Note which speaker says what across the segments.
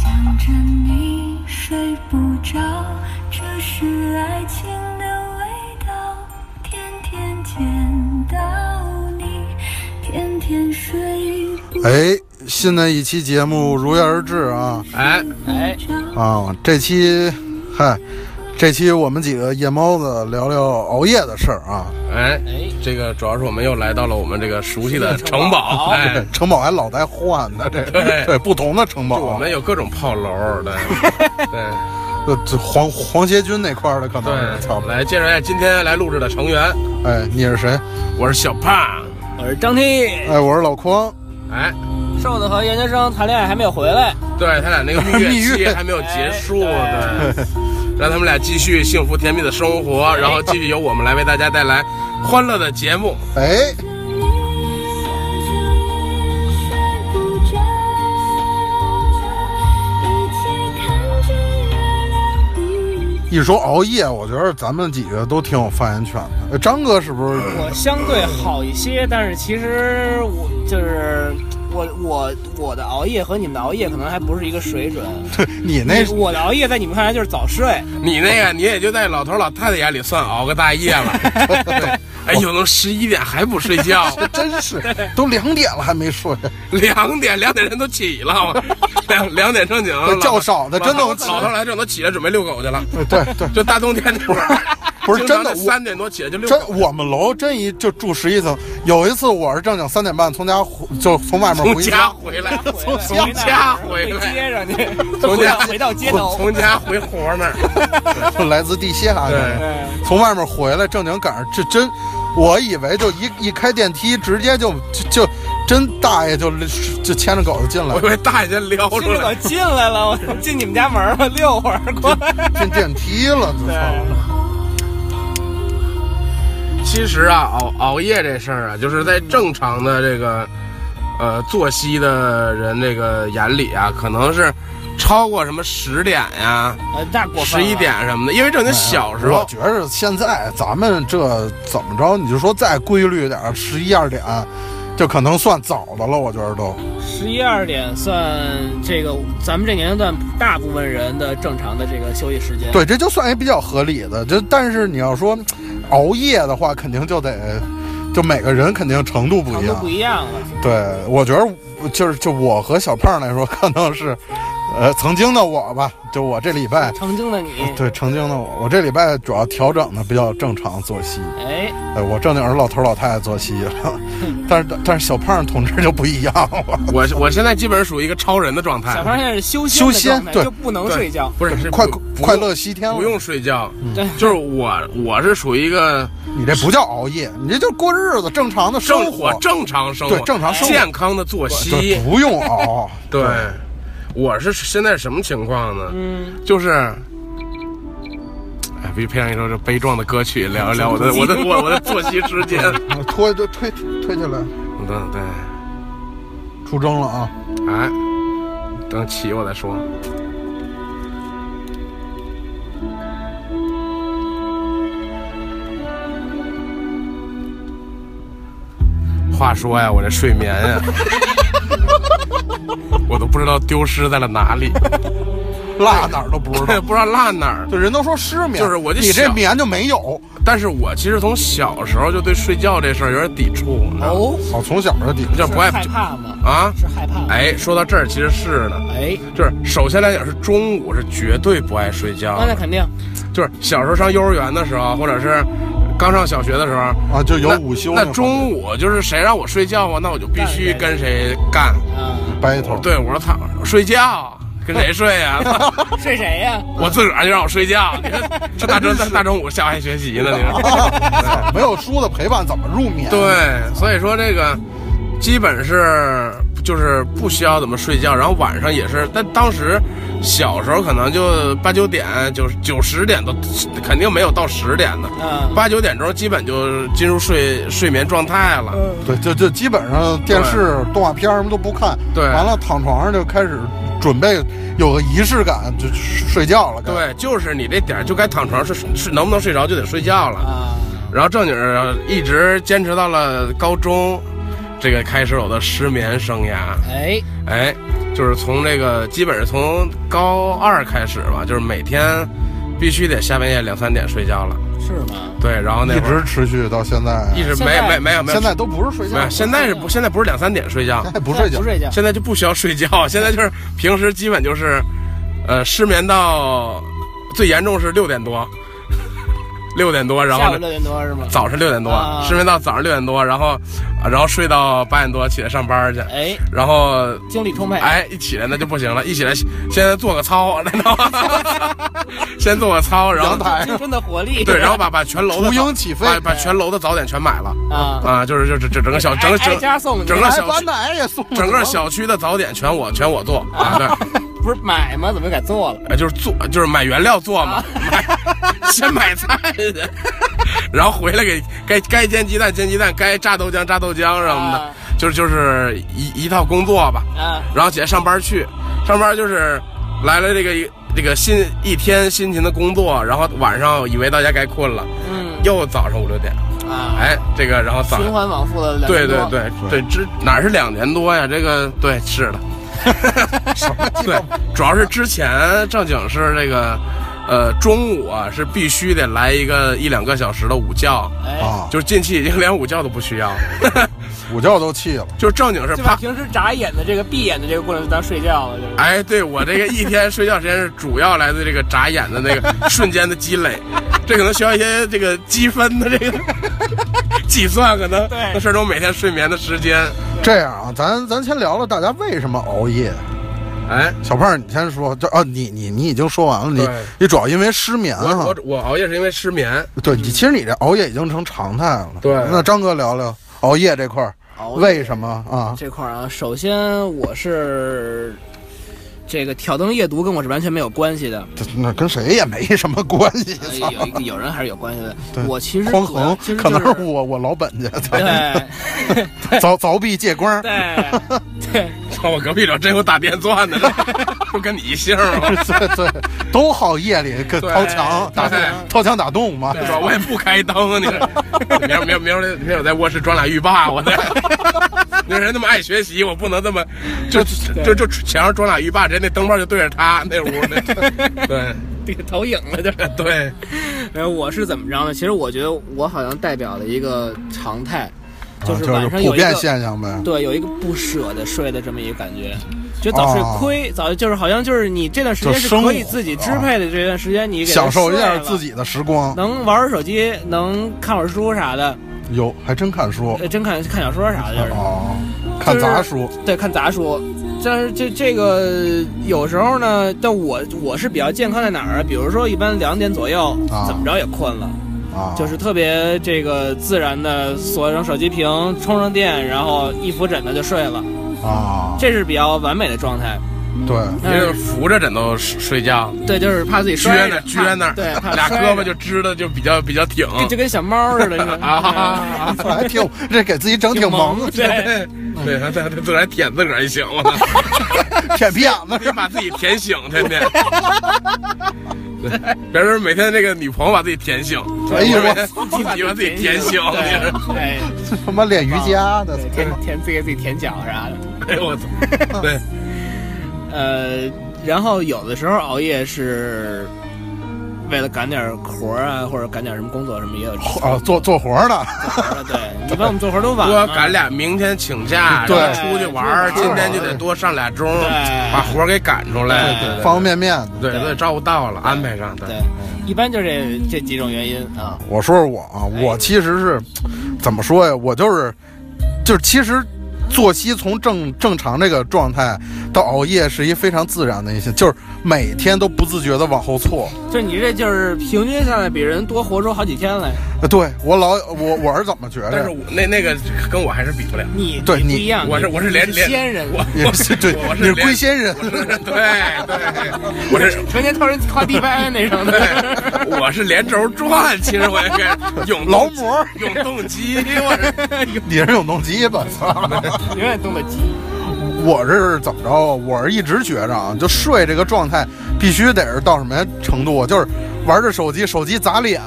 Speaker 1: 想着你睡不着，这是爱情的味道。天天见到你，天天睡不
Speaker 2: 哎，新的一期节目如约而至啊
Speaker 3: 哎，
Speaker 1: 着。
Speaker 2: 啊！这期，嗨，这期我们几个夜猫子聊聊熬夜的事儿啊。
Speaker 3: 哎，这个主要是我们又来到了我们这个熟悉的城 堡，哎，
Speaker 2: 城堡还老带换呢，这
Speaker 3: 对
Speaker 2: 对不同的城堡，啊
Speaker 3: 我们有各种炮楼，对，对
Speaker 2: 呃这黄黄协军那块儿的可能是操
Speaker 3: 对，来介绍一下今天来录制的成员，
Speaker 2: 哎，你是谁？
Speaker 3: 我是小胖，
Speaker 4: 我是张天翼，
Speaker 2: 哎，我是老匡。
Speaker 3: 哎，
Speaker 4: 瘦子和研究生谈恋爱还没有回来，
Speaker 3: 对他俩那个蜜
Speaker 2: 蜜
Speaker 3: 月期
Speaker 2: 月
Speaker 3: 还没有结束，
Speaker 4: 哎
Speaker 3: 对，哎让他们俩继续幸福甜蜜的生活，然后继续由我们来为大家带来欢乐的节目。
Speaker 2: 哎，一说熬夜，我觉得咱们几个都挺有发言权的。呃张哥是不 是？
Speaker 4: 我相对好一些，但是其实我就是我我我的熬夜和你们的熬夜可能还不是一个水准。
Speaker 2: 你那
Speaker 4: 你我的熬夜在你们看来就是早睡，
Speaker 3: 你那个，你也就在老头老太太眼里算熬个大夜 了，对哎呦，都十一点还不睡 觉。
Speaker 2: 真是都两点了还没睡。
Speaker 3: 两点，两点人都起了， 两两点正经了
Speaker 2: 对较少的
Speaker 3: 老
Speaker 2: 真的
Speaker 3: 头
Speaker 2: 我起
Speaker 3: 老头来这都起来准备遛狗去了。
Speaker 2: 对对，
Speaker 3: 就大冬天那会儿，
Speaker 2: 不是
Speaker 3: 经
Speaker 2: 真
Speaker 3: 常
Speaker 2: 的
Speaker 3: 这
Speaker 2: 我
Speaker 3: 三点多起来就遛
Speaker 2: 真
Speaker 3: 狗，
Speaker 2: 我们楼真一就住十一层，有一次我是正经三点半从家回就从外面
Speaker 3: 从
Speaker 2: 回
Speaker 3: 家，回来，
Speaker 4: 从
Speaker 3: 从家回
Speaker 4: 被
Speaker 3: 来，
Speaker 4: 接上去，
Speaker 3: 从
Speaker 4: 回
Speaker 3: 家
Speaker 4: 到回到街头。
Speaker 3: 从家回活儿那儿。
Speaker 2: 来自地下
Speaker 3: 对
Speaker 2: 的，
Speaker 4: 哎
Speaker 2: 从外面回来正经赶上这真，我以为就一一开电梯直接就就就真大爷就就牵着狗就进来
Speaker 3: 我以为大爷先撩
Speaker 4: 这
Speaker 3: 出
Speaker 4: 个
Speaker 3: 来
Speaker 4: 狗，进来了，我进你们家门了，遛会儿过来。
Speaker 2: 进电梯了，就操！
Speaker 3: 其实啊，熬熬夜这事儿啊，就是在正常的这个呃作息的人这个眼里啊，可能是超过什么十点呀、
Speaker 4: 呃那过分
Speaker 3: 十
Speaker 4: 了
Speaker 3: 一，点什么的，因为正经小时
Speaker 2: 我
Speaker 3: 候。
Speaker 2: 觉着现在咱们这怎么着，你就说再规律点儿，十一二点，就可能算早的了。我觉得都
Speaker 4: 十一二点算这个咱们这年龄段大部分人的正常的这个休息时间。
Speaker 2: 对，这就算一比较合理的。就但是你要说熬夜的话，肯定就得，就每个人肯定程度不
Speaker 4: 长
Speaker 2: 一
Speaker 4: 度
Speaker 2: 样
Speaker 4: 不。一样了。
Speaker 2: 对，我觉得就是就我和小胖来说， 可能是，呃，曾经的我吧，就我这礼拜，
Speaker 4: 曾经的你，
Speaker 3: 哦
Speaker 2: 对曾经的我，我这礼拜主要调整的比较正常作息。
Speaker 4: 哎，
Speaker 2: 哎，我正经是老头老太太作息 了，但是但是小胖同志就不一样了。
Speaker 3: 我我现在基本上属于一个超人的状态，
Speaker 4: 小胖现在是修仙
Speaker 2: 修
Speaker 4: 的
Speaker 2: 仙
Speaker 4: 状态
Speaker 2: 对
Speaker 4: 就不能
Speaker 3: 对
Speaker 4: 睡觉。
Speaker 3: 不是是
Speaker 2: 快
Speaker 3: 不不
Speaker 2: 快
Speaker 3: 用
Speaker 2: 乐嗯西天了
Speaker 3: 不用睡觉，
Speaker 4: 对
Speaker 3: 就是我我是属于一个
Speaker 2: 你这不叫熬夜，你这就过日子，正常的
Speaker 3: 生
Speaker 2: 生
Speaker 3: 活正常生活
Speaker 2: 对正常生活
Speaker 3: 健康的作息
Speaker 2: 就，不用 熬。
Speaker 3: 对，我是现在什么情况呢？
Speaker 4: 嗯，
Speaker 3: 就是，哎，必须配上一首这悲壮的歌曲，聊一聊我的我的我我的作息时间。
Speaker 2: 推嗯就推推起来，
Speaker 3: 嗯，对，
Speaker 2: 出征了啊！
Speaker 3: 哎，等起我再说。话说呀，我这睡眠呀，我都不知道丢失在了哪里，
Speaker 2: 落哪儿都不知道。
Speaker 3: 不知道落哪儿。
Speaker 2: 就人都说失眠，
Speaker 3: 就是我就
Speaker 2: 你这
Speaker 3: 想
Speaker 2: 眠就没有。
Speaker 3: 但是我其实从小时候就对睡觉这事儿有点抵触，你知道吗，
Speaker 4: 哦，
Speaker 2: 我从小就底，
Speaker 3: 就是
Speaker 4: 是
Speaker 3: 不爱
Speaker 4: 害怕吗？
Speaker 3: 啊。
Speaker 4: 是害怕吗。
Speaker 3: 哎，说到这儿，其实是呢，
Speaker 4: 哎，
Speaker 3: 就是首先来讲是中午是绝对不爱睡觉
Speaker 4: 哦那那
Speaker 3: 的，
Speaker 4: 肯定，
Speaker 3: 就是小时候上幼儿园的时候，或者是刚上小学的时候
Speaker 2: 啊就有
Speaker 3: 那
Speaker 2: 午休那
Speaker 3: 那
Speaker 2: 会儿
Speaker 3: 中午就是谁让我睡觉啊，那我就必须跟谁干。
Speaker 4: 嗯，
Speaker 2: 掰
Speaker 3: 我
Speaker 2: 头
Speaker 3: 说。对，我说他睡觉跟谁 睡呀、
Speaker 4: 睡谁呀？
Speaker 3: 我自个儿就让我睡觉，你看这大中大大中午下午还学习呢，你说。
Speaker 2: 啊没有书的陪伴怎么入眠？
Speaker 3: 对，所以说这个基本是就是不需要怎么睡觉，然后晚上也是，但当时小时候可能就八九点、九九十点都肯定没有到十点的，
Speaker 4: 嗯
Speaker 3: 八九点钟基本就进入睡睡眠状态了。
Speaker 4: 嗯，
Speaker 2: 对，就就基本上电视、动画片儿什么都不看，
Speaker 3: 对
Speaker 2: 完了躺床上就开始准备有个仪式感，就睡觉了。该，
Speaker 3: 对，就是你这点儿就该躺床上睡睡，能不能睡着就得睡觉了。
Speaker 4: 啊，
Speaker 3: 然后正经儿一直坚持到了高中，这个开始我的失眠生涯。
Speaker 4: 哎，
Speaker 3: 哎，就是从这个基本上从高二开始吧，就是每天必须得下半夜两三点睡觉了。
Speaker 4: 是吗？
Speaker 3: 对，然后那
Speaker 2: 一
Speaker 3: 会儿
Speaker 2: 直持续到现在。
Speaker 3: 一直
Speaker 4: 现
Speaker 3: 没
Speaker 4: 在
Speaker 3: 没没有没有
Speaker 2: 现在都不是睡觉
Speaker 3: 没有，，现在是不现在不是两三点睡觉
Speaker 2: 现，在不睡觉
Speaker 4: 不。睡觉，
Speaker 3: 现在就不需要睡 觉，现在就是平时基本就是，呃，失眠到最严重是六点多，六点多，然
Speaker 4: 下
Speaker 3: 后
Speaker 4: 午
Speaker 3: 呢
Speaker 4: 六点多是吗？
Speaker 3: 早上六点多
Speaker 4: 啊，
Speaker 3: 失眠到早上六点多，然后啊然后睡到八点多起来上班去，
Speaker 4: 哎，
Speaker 3: 然后
Speaker 4: 精力充沛，
Speaker 3: 哎，一起来那就不行了，一起来现在做个操， 然 后先做个操，然后
Speaker 2: 阳台
Speaker 4: 青春的活力，
Speaker 3: 哎对，然后把把全楼的
Speaker 2: 雏
Speaker 3: 早
Speaker 2: 鹰起飞，
Speaker 3: 把把全楼的早点全买了
Speaker 4: 啊，
Speaker 3: 啊，就是就是整整个小整个
Speaker 4: 挨挨
Speaker 3: 整
Speaker 4: 家送你，
Speaker 3: 整个
Speaker 2: 哎
Speaker 3: 小
Speaker 2: 把奶也送了
Speaker 3: 整个小区的早点全我全我做啊，对，
Speaker 4: 不是买吗？怎么改做了？
Speaker 3: 哎就是做就是买原料做嘛，买先买菜去。然后回来给该该煎鸡蛋煎鸡蛋，该榨豆浆榨豆浆什么的
Speaker 4: 啊，
Speaker 3: 就是就是一一套工作吧。
Speaker 4: 啊，
Speaker 3: 然后起来上班去，上班就是来了这个这个新一天辛勤的工作，然后晚上以为大家该困了，
Speaker 4: 嗯
Speaker 3: 又早上五六点，
Speaker 4: 啊，
Speaker 3: 哎，这个然后早
Speaker 4: 循环往复的两
Speaker 3: 对
Speaker 4: 年
Speaker 3: 对
Speaker 4: 多
Speaker 3: 对对，之哪是两年多呀？这个对是 的，对，主要是之前正经是这个，呃，中午啊是必须得来一个一两个小时的午觉，
Speaker 4: 哎，
Speaker 2: 啊，
Speaker 3: 就是近期已经连午觉都不需要了，
Speaker 2: 午觉都气了。
Speaker 3: 就是正经是
Speaker 4: 就把
Speaker 3: 啪
Speaker 4: 平时眨眼的这个闭眼的这个过程当睡觉了，就是。
Speaker 3: 哎，对我这个一天睡觉时间是主要来自这个眨眼的那个瞬间的积累，这可能需要一些这个积分的这个计算，可能
Speaker 4: 对
Speaker 3: 能算中每天睡眠的时间。
Speaker 2: 这样啊，咱咱先聊聊大家为什么熬夜。
Speaker 3: 哎，
Speaker 2: 小胖，你先说，这啊，你你你已经说完了，你
Speaker 3: 对
Speaker 2: 你主要因为失眠
Speaker 3: 我
Speaker 4: 啊
Speaker 2: 哈
Speaker 3: 我。我熬夜是因为失眠，
Speaker 2: 对，你其实你这熬夜已经成常态了。
Speaker 3: 对
Speaker 2: 那张哥聊聊熬夜这块儿，
Speaker 4: 熬夜
Speaker 2: 为什么啊？
Speaker 4: 这块儿啊，首先我是这个挑灯夜读跟我是完全没有关 系的，
Speaker 2: 这那跟谁也没什么关系。
Speaker 4: 呃
Speaker 2: 操
Speaker 4: 有一个有人还是有关系的
Speaker 2: 哎对。
Speaker 4: 我其实
Speaker 2: 匡
Speaker 4: 主要
Speaker 2: 衡
Speaker 4: 其实
Speaker 2: 可能
Speaker 4: 就是
Speaker 2: 我我老本家，操
Speaker 4: 对
Speaker 2: 凿凿壁借光。
Speaker 4: 对对，
Speaker 3: 操我隔壁老真有打电钻的，不跟你一姓吗？
Speaker 2: 对对，都好夜里跟
Speaker 3: 对
Speaker 2: 掏墙打
Speaker 3: 对
Speaker 2: 掏墙打洞嘛。
Speaker 3: 是吧？我也不开灯啊，你这明儿明儿明儿明儿我在卧室装俩浴霸，我这你说人那么爱学习，我不能这么就就就墙上装俩浴霸，人那灯泡就对着他那屋那对
Speaker 4: 这个投影了就是。
Speaker 3: 对，
Speaker 4: 没有，我是怎么着呢？其实我觉得我好像代表了一个常态，
Speaker 2: 啊
Speaker 4: 是
Speaker 2: 就是
Speaker 4: 晚上
Speaker 2: 普
Speaker 4: 有一
Speaker 2: 遍
Speaker 4: 个
Speaker 2: 现象呗。
Speaker 4: 对有一个不舍得睡的这么一个感觉。觉得早睡
Speaker 2: 哦
Speaker 4: 亏，早就是好像就是你这段时间
Speaker 2: 就是生
Speaker 4: 可以
Speaker 2: 活
Speaker 4: 自己支配的这段时间，你给它
Speaker 2: 享受一下
Speaker 4: 睡了
Speaker 2: 自己的时光，
Speaker 4: 能玩会儿手机，能看会儿书啥的，
Speaker 2: 有还真看书
Speaker 4: 呃，真看看小说啥的，就是、
Speaker 2: 哦，看杂书，
Speaker 4: 对看杂书。但是这这个有时候呢，但我我是比较健康在哪儿啊？比如说一般两点左右，
Speaker 2: 啊
Speaker 4: 怎么着也困了，
Speaker 2: 啊，
Speaker 4: 就是特别这个自然的锁上手机屏，充上电，然后一扶枕头就睡了，
Speaker 2: 啊，
Speaker 4: 这是比较完美的状态。嗯
Speaker 2: 对，
Speaker 3: 你这扶着枕头睡睡觉，
Speaker 4: 对，就是怕自己
Speaker 3: 撅
Speaker 4: 摔
Speaker 3: 那
Speaker 4: 着，
Speaker 3: 儿撅那儿，
Speaker 4: 对，怕
Speaker 3: 俩
Speaker 4: 摔
Speaker 3: 胳膊
Speaker 4: 着
Speaker 3: 就支的就比较比较挺
Speaker 4: 就就跟小猫似的，你知道吗
Speaker 3: 啊哈哈。哈
Speaker 2: 还哎挺这给自己整挺萌的，
Speaker 4: 对。
Speaker 3: 对，他他他自个儿舔自个儿还行，我操，
Speaker 2: 舔屁眼子
Speaker 3: 别把自己舔醒，天天。对，别说每天这个女朋友把自己舔醒，
Speaker 2: 哎呦
Speaker 3: 每
Speaker 2: 我
Speaker 3: 天 你把自己 舔醒，你说
Speaker 4: 对，哎，
Speaker 2: 他妈练瑜伽的，
Speaker 4: 对舔舔自己给自己舔脚啥的。
Speaker 3: 哎呦 我操，对，
Speaker 4: 呃，然后有的时候熬夜是为了赶点儿活儿啊，或者赶点儿什么工作什么也有这种活
Speaker 2: 啊，做做活的，
Speaker 4: 儿的。 对，一般我们做活儿都晚
Speaker 3: 多
Speaker 4: 了，
Speaker 3: 赶俩明天请假，
Speaker 2: 对
Speaker 3: 然后出去玩儿，
Speaker 4: 出
Speaker 3: 今
Speaker 4: 去玩
Speaker 2: 儿
Speaker 3: 天就得多上俩钟，
Speaker 4: 对
Speaker 3: 把活儿给赶出来，
Speaker 4: 对
Speaker 3: 对
Speaker 2: 方方面面的。
Speaker 3: 对
Speaker 4: 对
Speaker 3: 对，照顾到了，安排上，对
Speaker 4: 对，一般就这这几种原因啊。
Speaker 2: 我说说我啊，
Speaker 4: 哎
Speaker 2: 我其实是怎么说呀？我就是就是其实。作息从正正常这个状态到熬夜是一非常自然的一些，就是每天都不自觉的往后错。
Speaker 4: 就是你这就是平均下来比人多活出好几天来。
Speaker 2: 呃对我老我我是怎么觉
Speaker 3: 但是
Speaker 2: 着？
Speaker 3: 我 那那个跟我还是比不了。
Speaker 4: 你
Speaker 2: 对
Speaker 4: 你不
Speaker 2: 你
Speaker 4: 一样，
Speaker 3: 我是
Speaker 4: 你
Speaker 3: 我是连
Speaker 4: 你
Speaker 3: 连
Speaker 4: 先人，
Speaker 3: 我
Speaker 2: 也是 对
Speaker 3: 我，
Speaker 2: 你是
Speaker 3: 连
Speaker 2: 龟仙人，
Speaker 3: 对 对，我是
Speaker 4: 成天掏人花地拍那种的。
Speaker 3: 对， 我是连轴转，其实我也是永动
Speaker 2: 劳模儿，
Speaker 3: 永动机，我是
Speaker 2: 你是永动机吧？ 操！
Speaker 4: 永远动得急，
Speaker 2: 我是怎么着啊？我是一直觉着啊，就睡这个状态必须得是到什么程度啊？就是玩着手机，手机砸脸，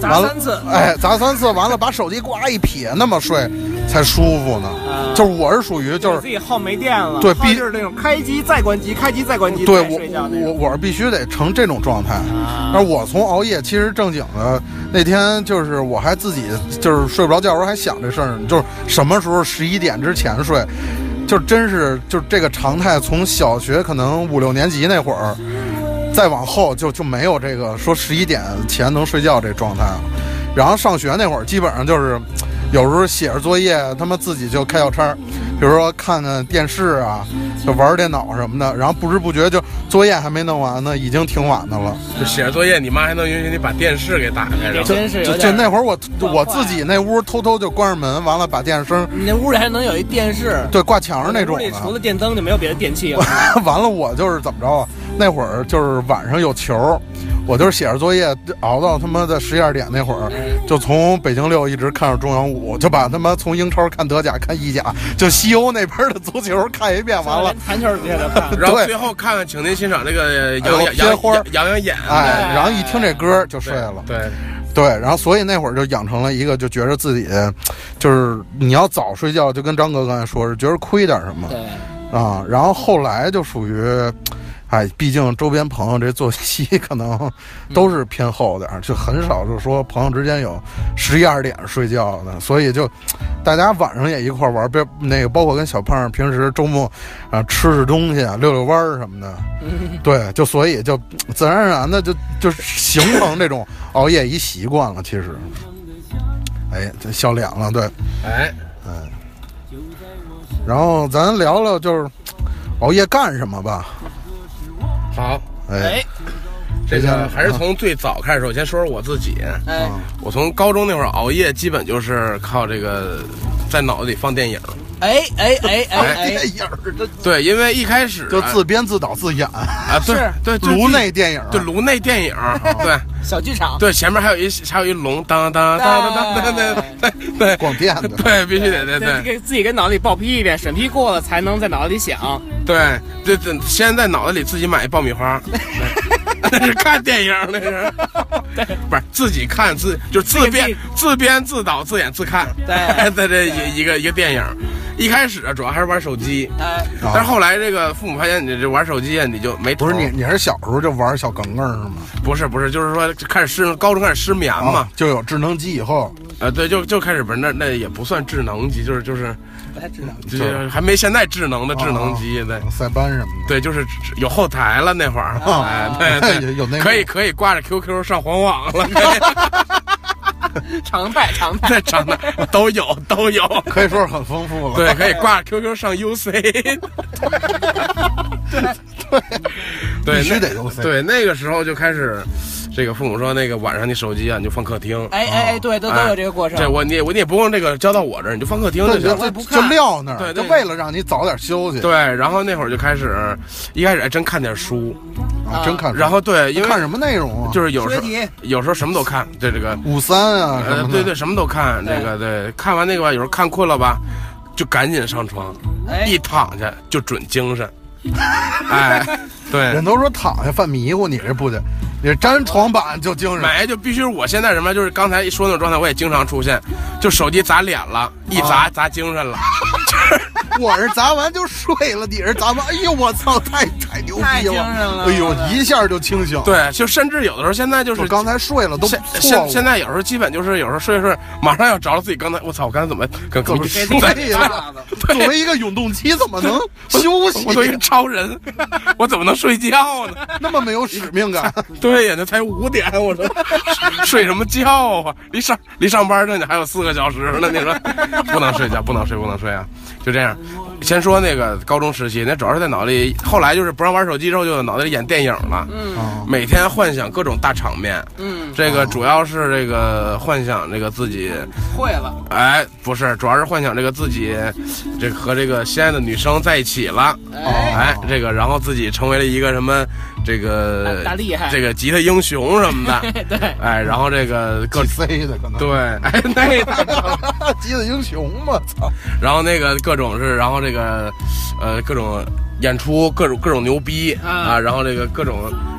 Speaker 4: 砸
Speaker 2: 完了
Speaker 4: 三次
Speaker 2: 哎，砸三次，完了把手机呱一撇，那么睡才舒服呢。
Speaker 4: 啊
Speaker 2: 就是我是属于就
Speaker 4: 就是自己耗没电了，
Speaker 2: 对
Speaker 4: 耗
Speaker 2: 必
Speaker 4: 就是那种开机再关机，开机再关机，
Speaker 2: 对
Speaker 4: 再
Speaker 2: 我
Speaker 4: 睡觉那
Speaker 2: 我
Speaker 4: 种。
Speaker 2: 我是必须得成这种状态。
Speaker 4: 啊
Speaker 2: 但是我从熬夜，其实正经的那天就是我还自己就是睡不着觉的时候还想这事儿呢，就是什么时候十一点之前睡，就真是就这个常态，从小学可能五六年级那会儿，再往后就就没有这个说十一点前能睡觉这状态了。然后上学那会儿，基本上就是有时候写着作业，他妈自己就开小差儿，比如说看看电视啊，就玩儿电脑什么的，然后不知不觉就作业还没弄完呢，已经挺晚的了。
Speaker 3: 就写着作业，你妈还能允许你把电视给打开，然后
Speaker 4: 真是有
Speaker 2: 就就
Speaker 4: 点
Speaker 2: 那会儿我
Speaker 4: 惯坏
Speaker 2: 我自己那屋偷偷就关上门，完了把电视声
Speaker 4: 你那屋里还能有一电视，
Speaker 2: 对挂墙上那种啊
Speaker 4: 屋里除
Speaker 2: 的。
Speaker 4: 了电灯就没有别的电器了。
Speaker 2: 完了我就是怎么着啊？那会儿就是晚上有球，我就是写着作业熬到他妈的十一二点那会儿，就从北京六一直看着中央五，就把他妈从英超看德甲看意甲，就西欧那边的足球看一遍， 完了
Speaker 4: 连弹球比赛都看了。
Speaker 3: 然后
Speaker 2: 对
Speaker 3: 最后看看，请您欣赏这个杨
Speaker 2: 哎呦
Speaker 3: 洋杨
Speaker 2: 片花儿
Speaker 3: 杨洋演，
Speaker 2: 哎，然后一听这歌就
Speaker 3: 对
Speaker 2: 睡了。
Speaker 3: 对，
Speaker 2: 对，然后所以那会儿就养成了一个，就觉着自己就是你要早睡觉，就跟张哥刚才说是觉得亏点什么
Speaker 4: 对，
Speaker 2: 啊、然后后来就属于，哎，毕竟周边朋友这作息 可能都是偏厚点儿，就很少就说朋友之间有十一二点睡觉的，所以就大家晚上也一块儿玩儿，别那个包括跟小胖平时周末啊吃吃东西啊，遛遛弯儿什么的，对，就所以就自然而然的就就形成这种熬夜一习惯了。其实，哎，这笑脸了，对。
Speaker 3: 哎，
Speaker 2: 然后咱聊聊就是熬夜干什么吧。
Speaker 3: 好，
Speaker 2: 哎，
Speaker 4: 哎
Speaker 3: 这个
Speaker 2: 嗯
Speaker 3: 还是从最早开始说，我先说说我自己，啊
Speaker 4: 哎，
Speaker 3: 我从高中那会儿熬夜，基本就是靠这个在脑子里放电影，
Speaker 4: 哎哎哎哎哎，
Speaker 2: 电影儿这哎
Speaker 3: 对，因为一开始
Speaker 2: 就
Speaker 3: 啊
Speaker 2: 自编自导自演，
Speaker 3: 啊，对
Speaker 4: 是
Speaker 3: 对，对
Speaker 2: 颅内电影儿。
Speaker 3: 对颅内电影， 对。
Speaker 4: 小剧场，
Speaker 3: 对，前面还有一还有一龙，当当当当当当，对对，
Speaker 2: 广电的
Speaker 3: 对，必须得对对
Speaker 4: 给自己跟脑子里报批一遍，审批过了才能在脑子里想。
Speaker 3: 对对对，先在脑子里自己买一爆米花，对 那是看电影，那是，不是自己看自就是自
Speaker 4: 自
Speaker 3: 编
Speaker 4: 己
Speaker 3: 自编自导自演自看，
Speaker 4: 对
Speaker 3: 在这一一个一个电影，一开始啊主要还是玩手机，
Speaker 4: 哎，
Speaker 3: 但是后来这个父母发现你这玩手机啊，你就没
Speaker 2: 啊不是
Speaker 3: 头
Speaker 2: 你，你是小时候就玩小梗梗儿是吗？
Speaker 3: 不是不是，就是说开始失高中开始失眠嗯嘛，
Speaker 2: 啊，就有智能机以后，
Speaker 3: 啊，对，就就开始不是那那也不算智能机，就是就是
Speaker 4: 不太知道。
Speaker 3: 就是还没现在智能的智能机，对
Speaker 2: 塞班什么
Speaker 3: 对，就是有后台了那会儿，哎，对
Speaker 2: 的，
Speaker 3: 对。
Speaker 2: 哦有有那
Speaker 3: 可以可以挂着 QQ 上黄网了， 可
Speaker 4: 常态常
Speaker 3: 以
Speaker 4: 态。
Speaker 3: 在场的都有 都有，
Speaker 2: 可以说是很丰富了。
Speaker 3: 对，可以挂着 QQ 上 UC，对对，
Speaker 2: 必须
Speaker 3: 那
Speaker 2: 得 UC
Speaker 3: 对，那个时候就开始，这个父母说那个晚上你手机啊你就放客厅，
Speaker 4: 哎哎哎，对，都都
Speaker 3: 哎
Speaker 4: 有这个过程。
Speaker 3: 这我你也我你也不用这个交到我这儿，你就放客厅就
Speaker 2: 对，
Speaker 3: 行了。
Speaker 4: 我也
Speaker 2: 就
Speaker 4: 不
Speaker 2: 就
Speaker 4: 看
Speaker 2: 撂那
Speaker 3: 对
Speaker 2: 儿，就
Speaker 3: 对
Speaker 2: 为了让你早点休息。
Speaker 3: 对，然后那会儿就开始，一开始还真看点书，
Speaker 2: 啊，真看书。
Speaker 3: 然后对，因为
Speaker 2: 看什么内容啊？
Speaker 3: 就是有时候
Speaker 4: 学题
Speaker 3: 有时候什么都看，对这个，
Speaker 2: 五三啊什么
Speaker 3: 呃
Speaker 2: 的。，
Speaker 3: 对对，什么都看，这个对，看完那个吧，有时候看困了吧，就赶紧上床，
Speaker 4: 哎
Speaker 3: 一躺下就准精神， 哎，对
Speaker 2: 人，都说躺下犯迷糊，你这不得，你这粘床板就精神。
Speaker 3: 买就必须是我现在什么，就是刚才一说那种状态，我也经常出现，就手机砸脸了，一
Speaker 2: 啊
Speaker 3: 砸砸精神了，
Speaker 2: 我是砸完就睡了，你是砸完，哎呦我操，太太牛
Speaker 4: 太
Speaker 2: 逼
Speaker 4: 精神
Speaker 2: 了！
Speaker 4: 了
Speaker 2: 哎呦，一下就清醒。，
Speaker 3: 对，就甚至有的时候现在就是
Speaker 2: 我刚才睡了都
Speaker 3: 现
Speaker 2: 错
Speaker 3: 现
Speaker 2: 误。
Speaker 3: 现在有时候基本就是有时候睡着睡着，马上要着了自己刚才我操，我刚才怎么跟跟
Speaker 2: 怎么
Speaker 3: 跟
Speaker 2: 说
Speaker 3: 在
Speaker 2: 对呀作为一个永动机，怎么能休息
Speaker 3: 我作为一个超人，我怎么能睡觉呢？
Speaker 2: 那么没有使命 感？
Speaker 3: 对呀，那才五点，哎 我说睡什么觉啊？离上离上班呢，你还有四个小时呢，你说不能睡觉，不能睡，不能睡啊！就这样，先说那个高中时期，那主要是在脑里，后来就是不让玩手机之后，就脑袋里演电影了。
Speaker 2: 啊，
Speaker 3: 每天幻想各种大场面，
Speaker 4: 嗯，
Speaker 3: 这个主要是这个幻想这个自己，
Speaker 4: 会了，
Speaker 3: 哎，不是，主要是幻想这个自己，这个和这个心爱的女生在一起了，
Speaker 4: 哎，
Speaker 3: 哎，这个然后自己成为了一个什么这个
Speaker 4: 啊大大厉害
Speaker 3: 这个吉他英雄什么的，
Speaker 4: 对，
Speaker 3: 哎，然后这个各
Speaker 2: 几 C 的可能，
Speaker 3: 对，哎，那大哥
Speaker 2: 吉他英雄嘛，操，
Speaker 3: 然后那个各种是，然后这个，呃，各种演出，各种各种牛逼
Speaker 4: 啊
Speaker 3: 啊，然后这个各种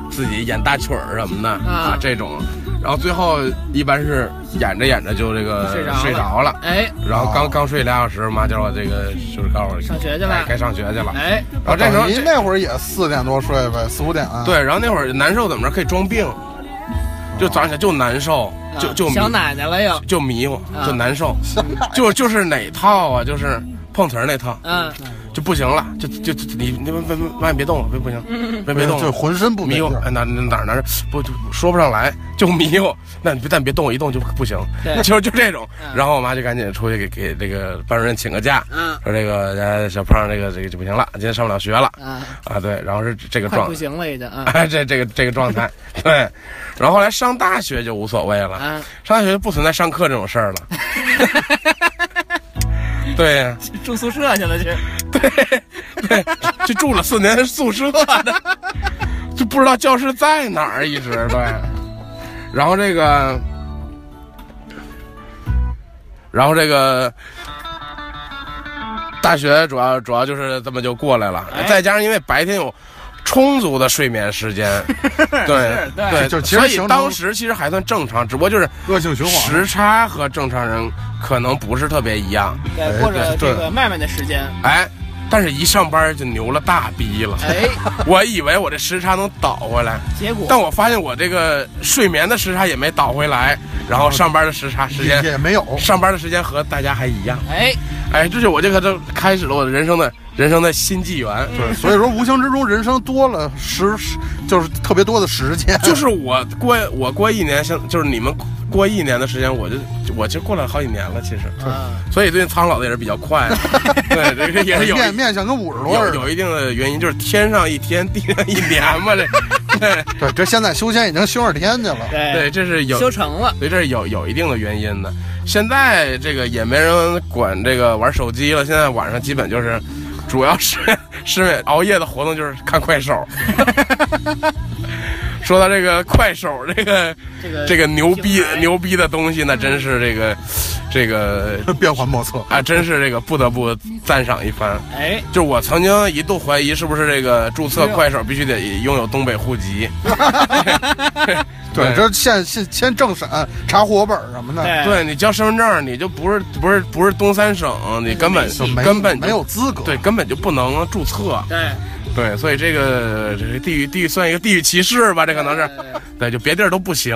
Speaker 3: 自己演大曲儿什么的
Speaker 4: 啊
Speaker 3: 啊，这种，然后最后一般是演着演着就这个
Speaker 4: 睡着了
Speaker 3: 呃睡着了，
Speaker 4: 哎，
Speaker 3: 然后刚
Speaker 2: 哦
Speaker 3: 刚睡俩小时，妈叫我这个就是告诉我
Speaker 4: 上学去了
Speaker 3: 哎该上学去了。
Speaker 4: 哎，
Speaker 3: 然啊后这时候
Speaker 2: 等于
Speaker 3: 这
Speaker 2: 那会儿也四点多睡呗，四五点啊，
Speaker 3: 对，然 后那会儿难受怎么着可以装病，就早上起来就难受，就就迷
Speaker 4: 想啊奶奶了又，
Speaker 3: 就迷糊
Speaker 4: 啊
Speaker 3: 就难受，就就是哪套啊，就是碰瓷儿那套。
Speaker 4: 嗯，
Speaker 3: 就不行了，就就就你你万万万别动了，别不行，别别动
Speaker 2: 就
Speaker 3: 了，
Speaker 2: 浑身不对
Speaker 3: 迷
Speaker 2: 劲
Speaker 3: 糊，
Speaker 2: 儿
Speaker 3: 哎哪哪哪哪儿不就说不上来，就迷糊。那你但别动，一动就不行
Speaker 4: 对，
Speaker 3: 就就这种
Speaker 4: 嗯。
Speaker 3: 然后我妈就赶紧出去给给这个班主任请个假，
Speaker 4: 嗯
Speaker 3: 说这个哎小胖这个这个就不行了，今天上不了学了
Speaker 4: 啊，
Speaker 3: 啊。对，然后是这个
Speaker 4: 快
Speaker 3: 状
Speaker 4: 不，行了已经啊，
Speaker 3: 哎这这个这个状态，对。然后后来上大学就无所谓了，
Speaker 4: 啊，
Speaker 3: 上大学就不存在上课这种事 儿了。对呀。
Speaker 4: 住宿舍去了去，
Speaker 3: 就住了四年宿舍的，就不知道教室在哪儿，一直对。然后这个，然后这个。大学主要主要就是这么就过来了，
Speaker 4: 哎
Speaker 3: 再加上因为白天有充足的睡眠时 间，对
Speaker 4: 是对
Speaker 3: 对，
Speaker 2: 就其实
Speaker 3: 所
Speaker 2: 形
Speaker 3: 以
Speaker 2: 成
Speaker 3: 当时其实还算正常，只不过就是
Speaker 2: 恶性循环。
Speaker 3: 时差和正常人可能不是特别一样，
Speaker 4: 对，或者
Speaker 3: 哎对
Speaker 4: 这个麦麦的时间，
Speaker 3: 哎，但是一上班就牛了大逼了，
Speaker 4: 哎，
Speaker 3: 我以为我这时差能倒回来，
Speaker 4: 结果
Speaker 3: 但我发现我这个睡眠的时差也没倒回来，然后上班的时差时
Speaker 2: 也
Speaker 3: 间，
Speaker 2: 也没有，
Speaker 3: 上班的时间和大家还一样。
Speaker 4: 哎，
Speaker 3: 哎，这就我这个就开始了我的人生的人生的新纪元。对，
Speaker 2: 所以说无形之中人生多了时时，就是特别多的时间，
Speaker 3: 就是我过我过一年，像就是你们过一年的时间，我就我就过了好几年了，其实。
Speaker 4: 啊，
Speaker 3: 所以最近苍老的也是比 较快，对，这个也是有
Speaker 2: 面面相跟五十多
Speaker 3: 有
Speaker 2: 似的。
Speaker 3: 有一定的原因，就是天上一天，地上一年嘛， 这对
Speaker 2: 对，这现在修仙已经修二天去了。
Speaker 4: 嗯对，
Speaker 3: 对，这是有
Speaker 4: 修成了，
Speaker 3: 所以这是有有一定的原因的。现在这个也没人管这个玩手机了，现在晚上基本就是，主要是是熬夜的活动就是看快手。 说到这个快手，这个
Speaker 4: 这个
Speaker 3: 这个牛逼
Speaker 4: 平台
Speaker 3: 牛逼的东西，那真是这个这个
Speaker 2: 变幻莫测，
Speaker 3: 啊，真是这个不得不赞赏一番。
Speaker 4: 哎，
Speaker 3: 就是我曾经一度怀疑是不是这个注册
Speaker 4: 没有
Speaker 3: 快手必须得拥有东北户籍。
Speaker 2: 对，这现现先政审查户口本儿什么的，
Speaker 4: 对，
Speaker 3: 啊对你交身份证，你就不是不是不是东三省，你根本
Speaker 2: 就嗯没
Speaker 3: 根本就
Speaker 2: 没有资格。啊
Speaker 3: 对，根本就不能注册。
Speaker 4: 对，
Speaker 3: 对，所以这个这个地域地域算一个地域歧视吧，这可能是
Speaker 4: 对对对
Speaker 3: 对，就别地儿都不行。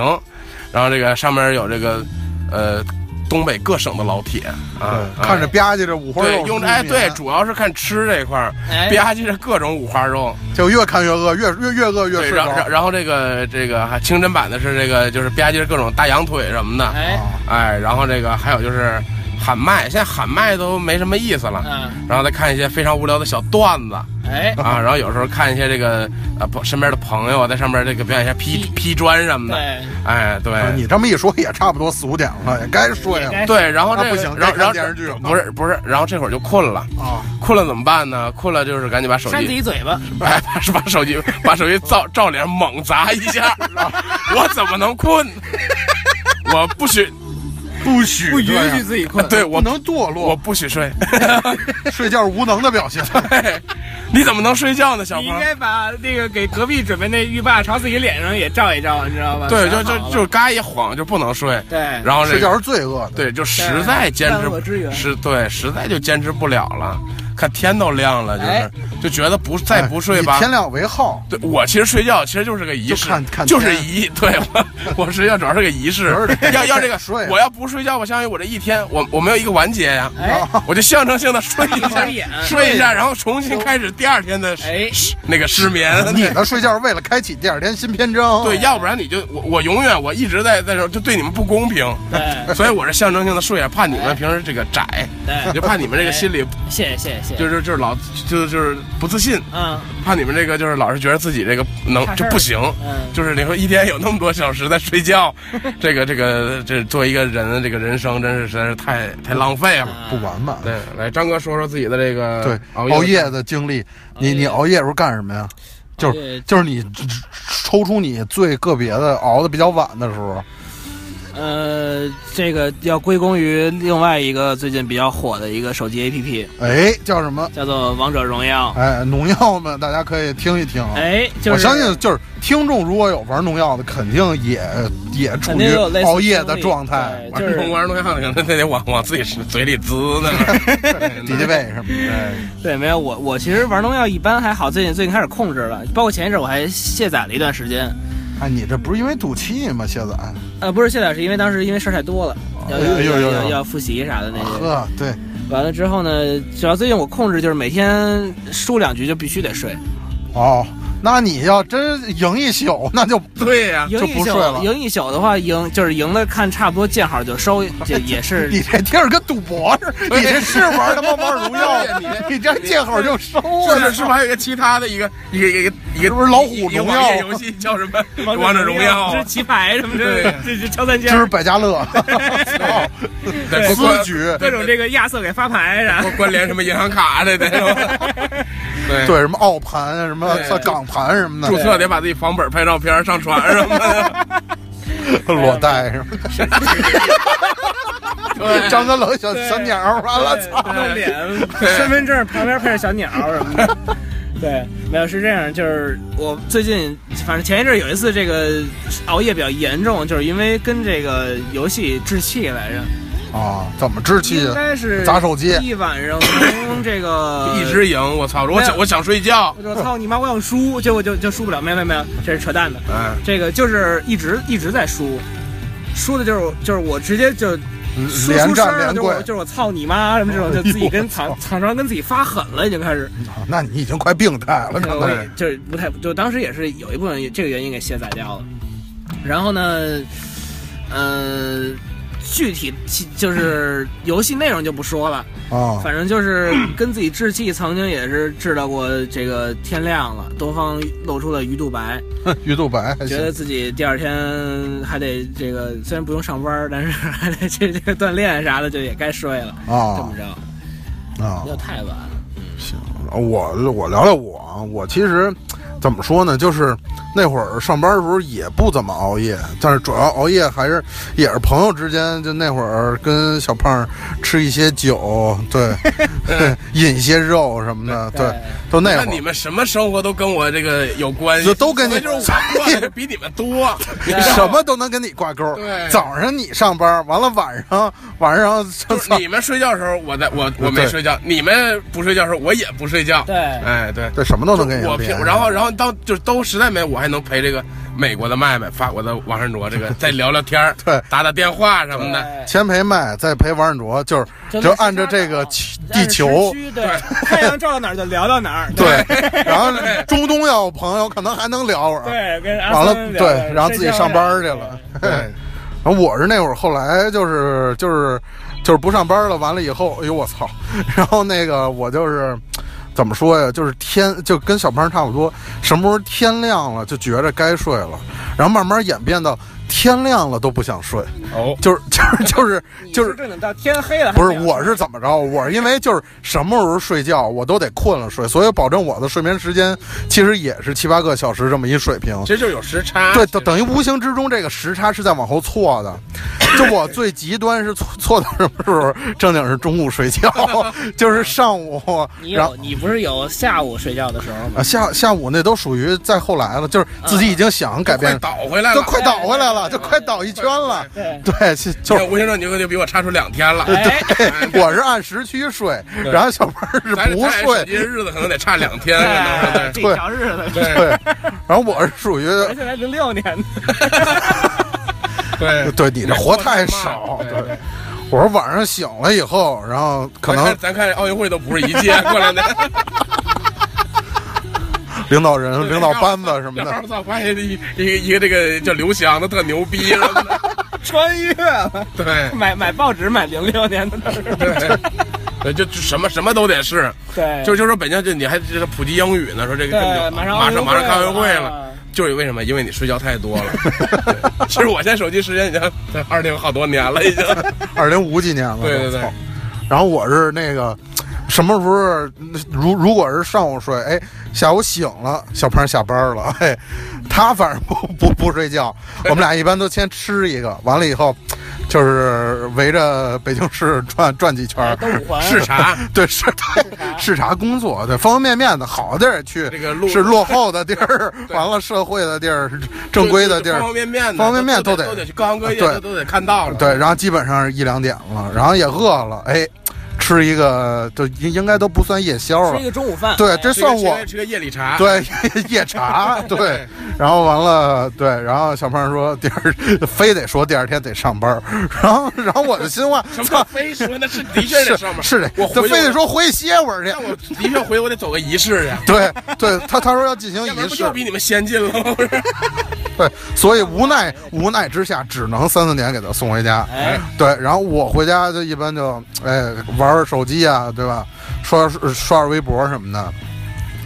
Speaker 3: 然后这个上面有这个呃东北各省的老铁啊，啊
Speaker 2: 看着吧唧着五花
Speaker 3: 对
Speaker 2: 肉，
Speaker 3: 用着哎
Speaker 2: 啊
Speaker 3: 对，主要是看吃这块儿
Speaker 4: 哎，
Speaker 3: 吧唧着各种五花肉。
Speaker 2: 就越看越饿，越越越饿越
Speaker 3: 对，
Speaker 2: 睡
Speaker 3: 然后
Speaker 2: 着。啊
Speaker 3: 然后这个这个还清真版的是这个就是吧唧着各种大羊腿什么的，
Speaker 4: 哎，
Speaker 3: 哎，然后这个还有就是喊麦，现在喊麦都没什么意思了，
Speaker 4: 嗯，
Speaker 3: 然后再看一些非常无聊的小段子。
Speaker 4: 哎，
Speaker 3: 啊，然后有时候看一些这个呃朋身边的朋友啊在上面这个表演一下劈劈砖什么的，
Speaker 4: 对，
Speaker 3: 哎，
Speaker 2: 啊
Speaker 3: 对
Speaker 2: 你这么一说，也差不多四五点了，也该睡
Speaker 4: 也该
Speaker 2: 了。
Speaker 3: 对，然后
Speaker 2: 那
Speaker 3: 这
Speaker 2: 不
Speaker 3: 个
Speaker 2: 行
Speaker 3: 然后
Speaker 2: 该看
Speaker 3: 然后
Speaker 2: 电视剧了
Speaker 3: 不是不是，然后这会儿就困了，
Speaker 2: 啊，
Speaker 3: 困了怎么办呢？困了就是赶紧把手
Speaker 4: 扇自
Speaker 3: 机
Speaker 4: 己嘴巴，
Speaker 3: 哎把把手机把手机照照脸猛砸一下，我怎么能困？我不许，
Speaker 2: 不许
Speaker 4: 不允
Speaker 2: 这样
Speaker 4: 许自己困，
Speaker 3: 啊对
Speaker 2: 不
Speaker 3: 我
Speaker 2: 能堕
Speaker 3: 我
Speaker 2: 落，
Speaker 3: 不许睡，
Speaker 2: 睡觉是无能的表现。
Speaker 3: 你怎么能睡觉呢，小
Speaker 4: 你
Speaker 3: 胖
Speaker 4: 应？该把那个给隔壁准备那浴霸朝自己脸上也照一照，你知道吧？
Speaker 3: 对，就
Speaker 4: 想
Speaker 3: 就
Speaker 4: 好
Speaker 3: 就
Speaker 4: 了
Speaker 3: 嘎一晃就不能睡，
Speaker 4: 对，
Speaker 3: 然后这
Speaker 2: 睡
Speaker 3: 个
Speaker 2: 觉是罪恶的。
Speaker 3: 哦对，就实在坚
Speaker 4: 万恶之
Speaker 3: 持
Speaker 4: 源
Speaker 3: 实对，实在就坚持不了了。看天都亮了，就
Speaker 4: 哎
Speaker 3: 是就觉得不再
Speaker 2: 哎，
Speaker 3: 不睡
Speaker 2: 以
Speaker 3: 吧。
Speaker 2: 天亮为号。
Speaker 3: 对我其实睡觉其实就是个仪
Speaker 2: 就
Speaker 3: 式
Speaker 2: 看，看
Speaker 3: 就是
Speaker 2: 天
Speaker 3: 仪。 对我我睡觉主要是个仪
Speaker 2: 主
Speaker 3: 式
Speaker 2: 要是，得
Speaker 3: 要要这个
Speaker 2: 睡啊
Speaker 3: 我要不睡觉，我相信我这一天我我没有一个完结呀。
Speaker 4: 哎
Speaker 2: 啊
Speaker 3: 我就象征性的睡 一
Speaker 4: 睁
Speaker 3: 下
Speaker 4: 眼，
Speaker 3: 睡一下，然后重新开始第二天的
Speaker 4: 哎
Speaker 3: 失那个失眠。
Speaker 2: 你的睡觉是为了开启第二天新篇章。
Speaker 4: 哦
Speaker 3: 对，，要不然你就我我永远我一直在在这儿就对你们不公 平，
Speaker 4: 对
Speaker 3: 所以我是象征性的睡啊，怕你们平时这个窄，
Speaker 4: 对，
Speaker 3: 就怕你们这个心里
Speaker 4: 谢谢谢谢些，
Speaker 3: 就是就是老就就是不自信，
Speaker 4: 嗯
Speaker 3: 怕你们这个就是老是觉得自己这个能
Speaker 4: 差事
Speaker 3: 就
Speaker 4: 儿
Speaker 3: 不行，
Speaker 4: 嗯，
Speaker 3: 就是你说一天有那么多小时在睡 觉，这个这个这作为一个人，这个人生真是实在是太太浪费
Speaker 4: 嗯
Speaker 3: 了。
Speaker 4: 啊
Speaker 2: 不完满。
Speaker 3: 对，来张哥说说自己的这个
Speaker 2: 对，
Speaker 3: 熬
Speaker 2: 熬夜的经历，你你熬夜的时候干什么呀？就是
Speaker 4: 是
Speaker 2: 就是你抽出你最个别的熬的比较晚的时候，
Speaker 4: 呃，这个要归功于另外一个最近比较火的一个手机 APP，
Speaker 2: 哎，叫什么？
Speaker 4: 叫做《王者荣耀》。
Speaker 2: 哎，农药们，大家可以听一听啊。
Speaker 4: 哎，就是
Speaker 2: 我相信，就是听众如果有玩农药的，肯定也也处
Speaker 4: 肯
Speaker 2: 于
Speaker 4: 定有类似
Speaker 2: 熬夜的
Speaker 4: 经历
Speaker 2: 状态，，
Speaker 4: 对就
Speaker 3: 玩玩
Speaker 4: 是
Speaker 3: 弄样那得往往自己嘴里滋 呢。
Speaker 2: 底气背什么 的。哎
Speaker 4: 对，没有我我其实玩农药一般还好，最近最近开始控制了，包括前一阵我还卸载了一段时间，
Speaker 2: 哎，你这不是因为赌气吗，谢哎仔？
Speaker 4: 呃，不是卸载，是因为当时因为事儿太多了，要
Speaker 2: 哎呦呦
Speaker 4: 要
Speaker 2: 呦
Speaker 4: 要
Speaker 2: 呦
Speaker 4: 要要复习啥的那些。
Speaker 2: 呵，对，
Speaker 4: 完了之后呢，只要最近我控制就是每天输两局就必须得睡，
Speaker 2: 哦，那你要真赢一宿，那 就
Speaker 3: 对呀、
Speaker 4: 赢
Speaker 2: 就
Speaker 4: 一
Speaker 2: 不
Speaker 4: 宿
Speaker 2: 睡了
Speaker 4: 赢一宿的话，赢就是赢了，看差不多见好 就收，也也是
Speaker 2: 你这地儿跟赌博 似的，你这是玩他妈玩荣耀
Speaker 3: 对呀
Speaker 2: 吗，你这借口就收
Speaker 3: 或 者
Speaker 2: 了。
Speaker 3: 是不是还有一个其他的一个一个一个一个
Speaker 2: 是不是老虎荣耀
Speaker 3: 一个网页游戏叫什么《王者荣耀啊
Speaker 4: 这》？棋牌什么
Speaker 3: 对
Speaker 4: 这这这敲三
Speaker 2: 这
Speaker 4: 尖
Speaker 2: 是
Speaker 4: 儿，
Speaker 2: 百家 乐，
Speaker 3: 对
Speaker 2: 私局，
Speaker 4: 各种这个亚瑟给发牌 啥
Speaker 3: 关关联什么银行卡的，对 吧
Speaker 4: 哎
Speaker 3: 对
Speaker 2: 对什么澳盘啊什么港盘什么
Speaker 3: 注
Speaker 2: 的，哎
Speaker 3: 册得把自己房本拍照片上传什么的。
Speaker 2: 裸贷什么 的，张三乐小小鸟儿，完了操！
Speaker 4: 弄脸，身份证旁边配着小鸟什么的。对，没有是这样，就是我最近，反正前一阵有一次这个熬夜比较严重，就是因为跟这个游戏置气来着，
Speaker 2: 啊，怎么置气
Speaker 4: 应？该是
Speaker 2: 砸手机
Speaker 4: 一晚上从 这个
Speaker 3: 一直赢，我操！我想我想睡觉，
Speaker 4: 我说操你妈，我想输，结果就就输不了，没有没有没有，这是扯淡的。
Speaker 3: 哎，
Speaker 4: 这个就是一直一直在输，输的就是就是我直接就输
Speaker 2: 嗯连
Speaker 4: 出声
Speaker 2: 战
Speaker 4: 儿了，啊
Speaker 2: 连
Speaker 4: 就是我
Speaker 2: 跪，
Speaker 4: 就是我操你妈什么这种，就自己
Speaker 2: 哎呦
Speaker 4: 跟
Speaker 2: 我操
Speaker 4: 躺躺床跟自己发狠了，已经开始。
Speaker 2: 那你已经快病态了，
Speaker 4: 对
Speaker 2: 张
Speaker 4: 我
Speaker 2: 三
Speaker 4: 也就是不太，就当时也是有一部分这个原因给卸载掉了。然后呢，呃，具体其就是游戏内容就不说了，
Speaker 2: 啊
Speaker 4: 反正就是跟自己置气，曾经也是治到过这个天亮了，东方露出了鱼肚白，
Speaker 2: 鱼肚白还
Speaker 4: 觉
Speaker 2: 行
Speaker 4: 得自己第二天还得这个虽然不用上班，但是还得这这个锻炼啥的，就也该睡了，这
Speaker 2: 啊
Speaker 4: 么着，
Speaker 2: 啊
Speaker 4: 不！要太晚了。
Speaker 2: 我我聊聊我啊，我其实怎么说呢，就是那会儿上班的时候也不怎么熬夜，但是主要熬夜还是也是朋友之间，就那会儿跟小胖吃一些酒， 对，对饮一些肉什么的，对，都那
Speaker 3: 那
Speaker 2: 会
Speaker 3: 你
Speaker 2: 儿。
Speaker 3: 们什么生活都跟我这个有关系
Speaker 2: 就，都跟你
Speaker 3: 所以就是我过得比你们多， 你知
Speaker 2: 什
Speaker 3: 道吗？
Speaker 2: 么都能跟你挂钩
Speaker 3: 对，
Speaker 2: 早上你上班，完了晚上晚上就
Speaker 3: 就是
Speaker 2: 操
Speaker 3: 你们睡觉的时候，我在我我没
Speaker 2: 对
Speaker 3: 睡觉；你们不睡觉的时候，我也不睡觉。
Speaker 4: 对
Speaker 3: 哎对，
Speaker 2: 对什么都能跟你
Speaker 3: 我
Speaker 2: 连
Speaker 3: 平，然后然后到就是都实在没，我还能陪这个美国的麦麦、法国的王振卓 这个再聊聊天儿
Speaker 2: 对
Speaker 3: 打打电话什么的。
Speaker 2: 先陪麦，再陪王振卓，就是
Speaker 4: 就
Speaker 2: 就
Speaker 4: 那时
Speaker 2: 按照
Speaker 4: 差
Speaker 2: 这啊
Speaker 4: 不多
Speaker 2: 个气地球，
Speaker 4: 对，太阳照到哪儿就聊到哪儿。
Speaker 2: 对， 然后中东要有朋友可能还能聊会儿，
Speaker 4: 对，跟阿
Speaker 2: 完了
Speaker 4: 森聊
Speaker 2: 对，然后自己上班去了。。
Speaker 3: 对，
Speaker 2: 然后我是那会儿后来就是就是就是不上班了，完了以后，哎呦我操！ 然后那个我就是怎么说呀，就是天就跟小胖差不多，什么时候天亮了就觉着该睡了，然后慢慢演变到天亮了都不想睡，
Speaker 3: 哦，
Speaker 2: 就是就是就是就
Speaker 4: 就是是正经到天 黑了。
Speaker 2: 不是，我是怎么着？我是因为就是什么时候睡觉我都得困了睡，所以保证我的睡眠时间其实也是七八个小时这么一水平
Speaker 3: 其。实就是有时差。
Speaker 2: 对，等等于无形之中这个时差是在往后错的。就我最极端是错 错到什么时候？正经是中午睡觉， 就是上午，
Speaker 4: 你
Speaker 2: 然
Speaker 4: 有
Speaker 2: 后。
Speaker 4: 你不是有下午睡觉的时候吗
Speaker 2: 啊，？下下午那都属于再后来了，就是自己已经想改
Speaker 3: 快
Speaker 2: 变，
Speaker 3: 倒回来
Speaker 2: 都
Speaker 3: 了。
Speaker 2: 快倒回来了，就快倒一圈了。对，是就
Speaker 3: 那
Speaker 2: 是
Speaker 3: 哎吴先生，你就比我差出两天了。
Speaker 4: 哎，
Speaker 2: 我是按时区睡，然后小胖是
Speaker 3: 咱
Speaker 2: 不
Speaker 3: 咱
Speaker 2: 睡
Speaker 3: 这，日子可能得差两
Speaker 2: 哎
Speaker 3: 天，可能是啊
Speaker 4: 这条日 子，
Speaker 3: 对
Speaker 2: 对，然后我是属于，
Speaker 4: 而且才零六年的，
Speaker 3: 对
Speaker 2: 对你这活太少，
Speaker 3: 对
Speaker 2: 对。我说晚上醒了以后，然后可
Speaker 3: 咱
Speaker 2: 能
Speaker 3: 看咱看奥运会都不是一届，过两天
Speaker 2: 领导人、 领导班子什么
Speaker 3: 然后
Speaker 2: 的，
Speaker 3: 操，发现一一个一个这个叫刘翔的特牛逼什 么的，
Speaker 4: 穿越了，
Speaker 3: 对
Speaker 4: 买买报纸买零六年的，
Speaker 3: 对。对，就就什么什么都得是，
Speaker 4: 对，
Speaker 3: 就就说北京就你还这个普及英语呢，说这个
Speaker 4: 对，
Speaker 3: 马
Speaker 4: 上
Speaker 3: 马上马上开
Speaker 4: 奥
Speaker 3: 完
Speaker 4: 运
Speaker 3: 会
Speaker 4: 会
Speaker 3: 了。，
Speaker 2: 啊
Speaker 3: 就是为什么？因为你睡觉太多 了。对其实我现在手机时间已经二零好多年了， 已经。
Speaker 2: 二零五几年了，
Speaker 3: 对对对
Speaker 2: 我操。然后我是那个什么时候，如如果是上午睡，哎，下午醒了，小胖下班了， 哎，他反正不不不睡 觉，我们俩一般都先吃一个，完了以后就是围着北京市转转几
Speaker 3: 哎
Speaker 2: 圈儿，
Speaker 4: 都五环
Speaker 3: 视察
Speaker 2: 对，视察视察工作，对，方方面面的好地儿去，
Speaker 3: 这个路
Speaker 2: 是落后的地儿，完了社会的地儿， 正规的地儿
Speaker 3: 就是，方方面面的，
Speaker 2: 方方面面
Speaker 3: 都
Speaker 2: 都得啊
Speaker 3: 都得去各行各业
Speaker 2: 对
Speaker 3: 都都得看到了。
Speaker 2: 对，然后基本上是一两点了，然后也饿了，哎，吃一个就应应该都不算夜宵了
Speaker 4: 吃一，个中午饭，
Speaker 2: 对
Speaker 4: 哎
Speaker 2: 这
Speaker 3: 吃个，
Speaker 2: 算我
Speaker 3: 吃个吃个夜里茶。
Speaker 2: 对， 夜茶，对，然后完了，对，然后小胖说第二， 非得说第二天得上班儿，然后然后我的心话，
Speaker 3: 什么叫
Speaker 2: 操，
Speaker 3: 非说那是的确
Speaker 2: 是
Speaker 3: 得上班，
Speaker 2: 是得，
Speaker 3: 我
Speaker 2: 他
Speaker 3: 回去
Speaker 2: 非得，说回去歇会儿去
Speaker 3: 但，我的确回我得走个仪式去，
Speaker 2: 对对，他他说要进行
Speaker 3: 要不 然
Speaker 2: 仪
Speaker 3: 不
Speaker 2: 式
Speaker 3: 就，比你们先进了 吗？不是
Speaker 2: 对，所以无奈无奈之下，只能三四点给他送回家。
Speaker 4: 哎，
Speaker 2: 对，然后我回家就一般就哎玩玩手机啊，对吧？刷刷刷微博什么的。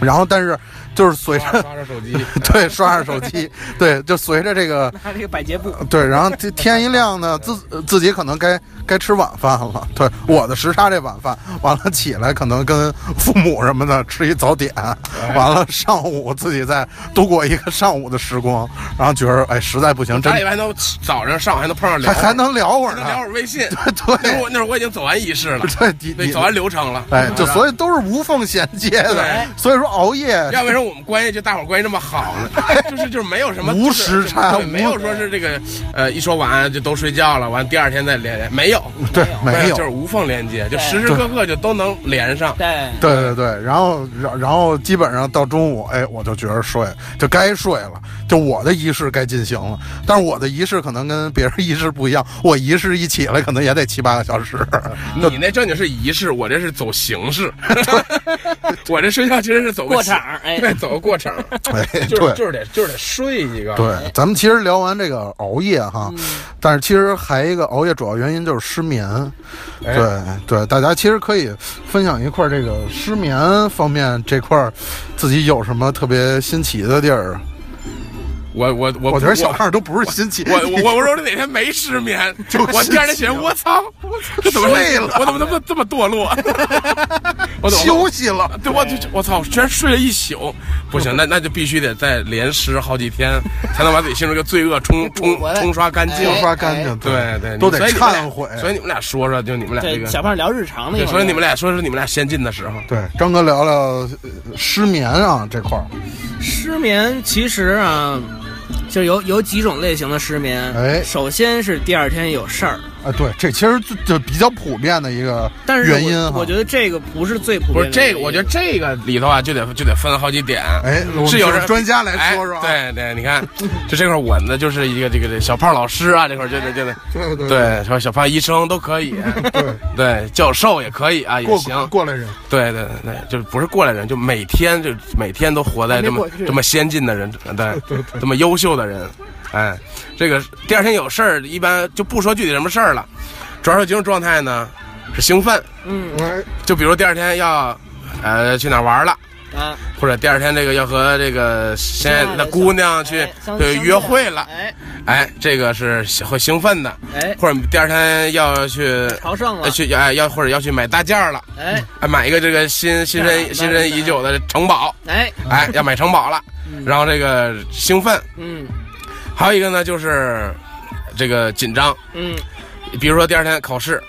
Speaker 2: 然后，但是就是随
Speaker 3: 刷
Speaker 2: 着
Speaker 3: 刷着手机，
Speaker 2: 对刷刷手机，对，就随着这个
Speaker 4: 他这个百洁布，
Speaker 3: 呃
Speaker 2: 对，然后天天一亮呢，自自己可能该该吃晚饭了。对，我的时差这晚饭完了起来，可能跟父母什么的吃一早点，完了上午自己再度过一个上午的时光，然后觉得哎实在不行，真
Speaker 3: 咱里边都早上上午还能碰上聊
Speaker 2: 还
Speaker 3: 会儿，
Speaker 2: 还能聊会儿
Speaker 3: 还
Speaker 2: 呢
Speaker 3: 能。聊会儿微信。 那会儿
Speaker 2: 对
Speaker 3: 我那会儿我已经走完仪式了，
Speaker 2: 对，你
Speaker 3: 对，
Speaker 2: 你
Speaker 3: 走完流程了。
Speaker 2: 哎，就所
Speaker 3: 以，
Speaker 2: 以都是无缝衔接的
Speaker 3: 对，
Speaker 2: 所以说熬夜
Speaker 3: 要为什么我们关系就大伙儿关系这么好呢？就是就是没有什么
Speaker 2: 哎无
Speaker 3: 就是
Speaker 2: 时差
Speaker 3: 对
Speaker 2: 无
Speaker 3: 没有说是这个呃一说晚安就都睡觉了，完第二天再连连，没有，
Speaker 2: 对没有
Speaker 3: 就是，无缝连接，就
Speaker 4: 对
Speaker 3: 时时刻刻就都能连上。
Speaker 4: 对，
Speaker 2: 对对对，然后然然后基本上到中午，哎，我就觉得睡就该睡了，就我的仪式该进行了，但是我的仪式可能跟别人仪式不一样， 我仪式一起来可能也得七八个小时，
Speaker 3: 你那正经是仪式，我这是走形式。我这睡觉其实是走个
Speaker 4: 过场儿哎
Speaker 3: 对，走个过场儿，
Speaker 2: 哎，
Speaker 3: 就
Speaker 2: 对。
Speaker 3: 是就是得就是得睡一个。
Speaker 2: 对，咱们其实聊完这个熬夜哈，
Speaker 3: 嗯
Speaker 2: 但是其实还一个熬夜主要原因就是失眠。
Speaker 3: 哎
Speaker 2: 对对，大家其实可以分享一块儿这个失眠方面这块儿自己有什么特别新奇的地儿？
Speaker 3: 我我我
Speaker 2: 我觉得小胖都不是新奇，
Speaker 3: 我我我我说哪天没失眠，
Speaker 2: 就是
Speaker 3: 我第二天起来，我操，这怎么会
Speaker 2: 睡了
Speaker 3: 我怎么这么这么 堕落？我怎么
Speaker 2: 休息了。
Speaker 3: 对，我就我操，居然睡了一宿，不行，那那就必须得再连失好 几天，才能把自己心中这个罪恶冲冲冲刷干净。
Speaker 2: 净刷干净，
Speaker 3: 哎对对，
Speaker 2: 哎都得
Speaker 3: 所以你们俩
Speaker 2: 忏悔。
Speaker 3: 所以你们俩说说，就你们俩这
Speaker 4: 对，
Speaker 3: 个，
Speaker 4: 小胖聊日常的一
Speaker 3: 对，
Speaker 4: 会儿，啊
Speaker 3: 所以你们俩说说你们俩先进的时候，
Speaker 2: 对，张哥聊聊呃失眠啊这块儿，
Speaker 4: 失眠其实啊，就有有几种类型的失眠。
Speaker 2: 哎
Speaker 4: 首先是第二天有事儿，
Speaker 2: 啊，对，这其实就就比较普遍的一个
Speaker 4: 但是我
Speaker 2: 原因哈。
Speaker 4: 我觉得这个不是最普遍
Speaker 3: 不
Speaker 4: 的
Speaker 3: 是
Speaker 4: 原因。
Speaker 3: 这个，我觉得这个里头啊，就得就得分好几点。
Speaker 2: 哎，我们
Speaker 3: 是有
Speaker 2: 请
Speaker 3: 人
Speaker 2: 专家来说说啊，
Speaker 3: 哎对对，你看，就这块儿我呢，就是一个这个这小胖老师啊，这块儿就得就得，
Speaker 2: 对对
Speaker 3: 对，说小胖医生都可以，
Speaker 2: 对，
Speaker 3: 对，教授也可以啊，也
Speaker 2: 过
Speaker 3: 行，
Speaker 2: 过来人，
Speaker 3: 对对对对，就是不是过来人，就每天就每天都活在这么这么先进的人，对，这么优秀的人，哎，这个第二天有事儿，一般就不说具体什么事儿了，主要是几种状态呢，是兴奋，
Speaker 4: 嗯
Speaker 2: 哎，
Speaker 3: 就比如第二天要，呃，去哪儿玩了。
Speaker 4: 啊，
Speaker 3: 或者第二天这个要和这个心爱的姑娘去
Speaker 4: 哎相
Speaker 3: 对
Speaker 4: 相
Speaker 3: 约会了，
Speaker 4: 哎
Speaker 3: 哎，这个是喜会兴奋的，
Speaker 4: 哎，
Speaker 3: 或者第二天要去
Speaker 4: 朝圣了
Speaker 3: 呃，去哎要或者要去买大件儿了，
Speaker 4: 哎
Speaker 3: 哎买一个这个新新
Speaker 4: 买
Speaker 3: 身新身已久的城堡，
Speaker 4: 哎，
Speaker 3: 哎要买城堡了，然后这个兴奋，
Speaker 4: 嗯
Speaker 3: 还有一个呢就是这个紧张，
Speaker 4: 嗯，
Speaker 3: 比如说第二天考试，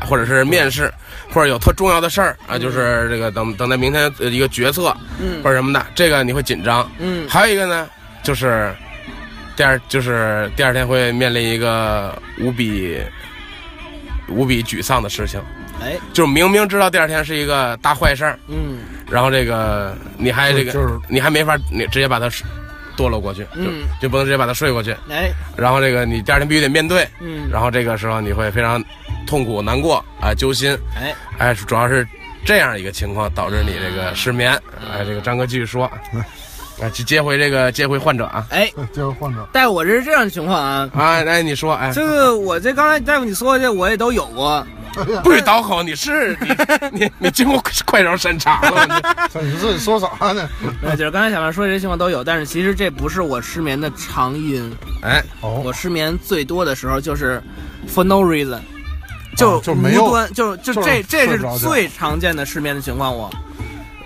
Speaker 3: 或者是面试，或者有特重要的事儿
Speaker 2: 嗯
Speaker 3: 啊，就是这个等等待明天呃一个决策，
Speaker 4: 嗯
Speaker 3: 或者什么的，这个你会紧张。
Speaker 4: 嗯
Speaker 3: 还有一个呢，就是第二就是第二天会面临一个无比无比沮丧的事情，
Speaker 4: 哎
Speaker 3: 就是明明知道第二天是一个大坏事儿，
Speaker 4: 嗯
Speaker 3: 然后这个你还哎这个、
Speaker 2: 就是
Speaker 3: 你还没法你直接把它堕落过去，就、
Speaker 4: 嗯
Speaker 3: 就不能直接把它睡过去，
Speaker 4: 哎
Speaker 3: 然后这个你第二天必须得面对，
Speaker 4: 嗯，
Speaker 3: 然后这个时候你会非常痛苦、难过啊、揪心，
Speaker 4: 哎
Speaker 3: 哎，主要是这样一个情况导致你这个失眠。哎，这个张哥继续说，哎，接接回这个接回患者啊
Speaker 4: 哎，
Speaker 2: 对，接着患者，
Speaker 4: 但我这是这样的情况啊，
Speaker 3: 啊，哎，你说，哎，
Speaker 4: 这个我这刚才大夫你说的我也都有过，
Speaker 3: 不许倒口，你是你你你经过快手审查了 吗？
Speaker 2: 你自己说啥呢？
Speaker 4: 对，就是刚才小曼说这些情况都有，但是其实这不是我失眠的常因。
Speaker 3: 哎，
Speaker 2: 哦，
Speaker 4: 我失眠最多的时候就是 for no reason，就、
Speaker 2: 啊就没有
Speaker 4: 无端，就就
Speaker 2: 就是
Speaker 4: 这这
Speaker 2: 睡
Speaker 4: 是
Speaker 2: 不着觉
Speaker 4: 最常见的失眠的情况我。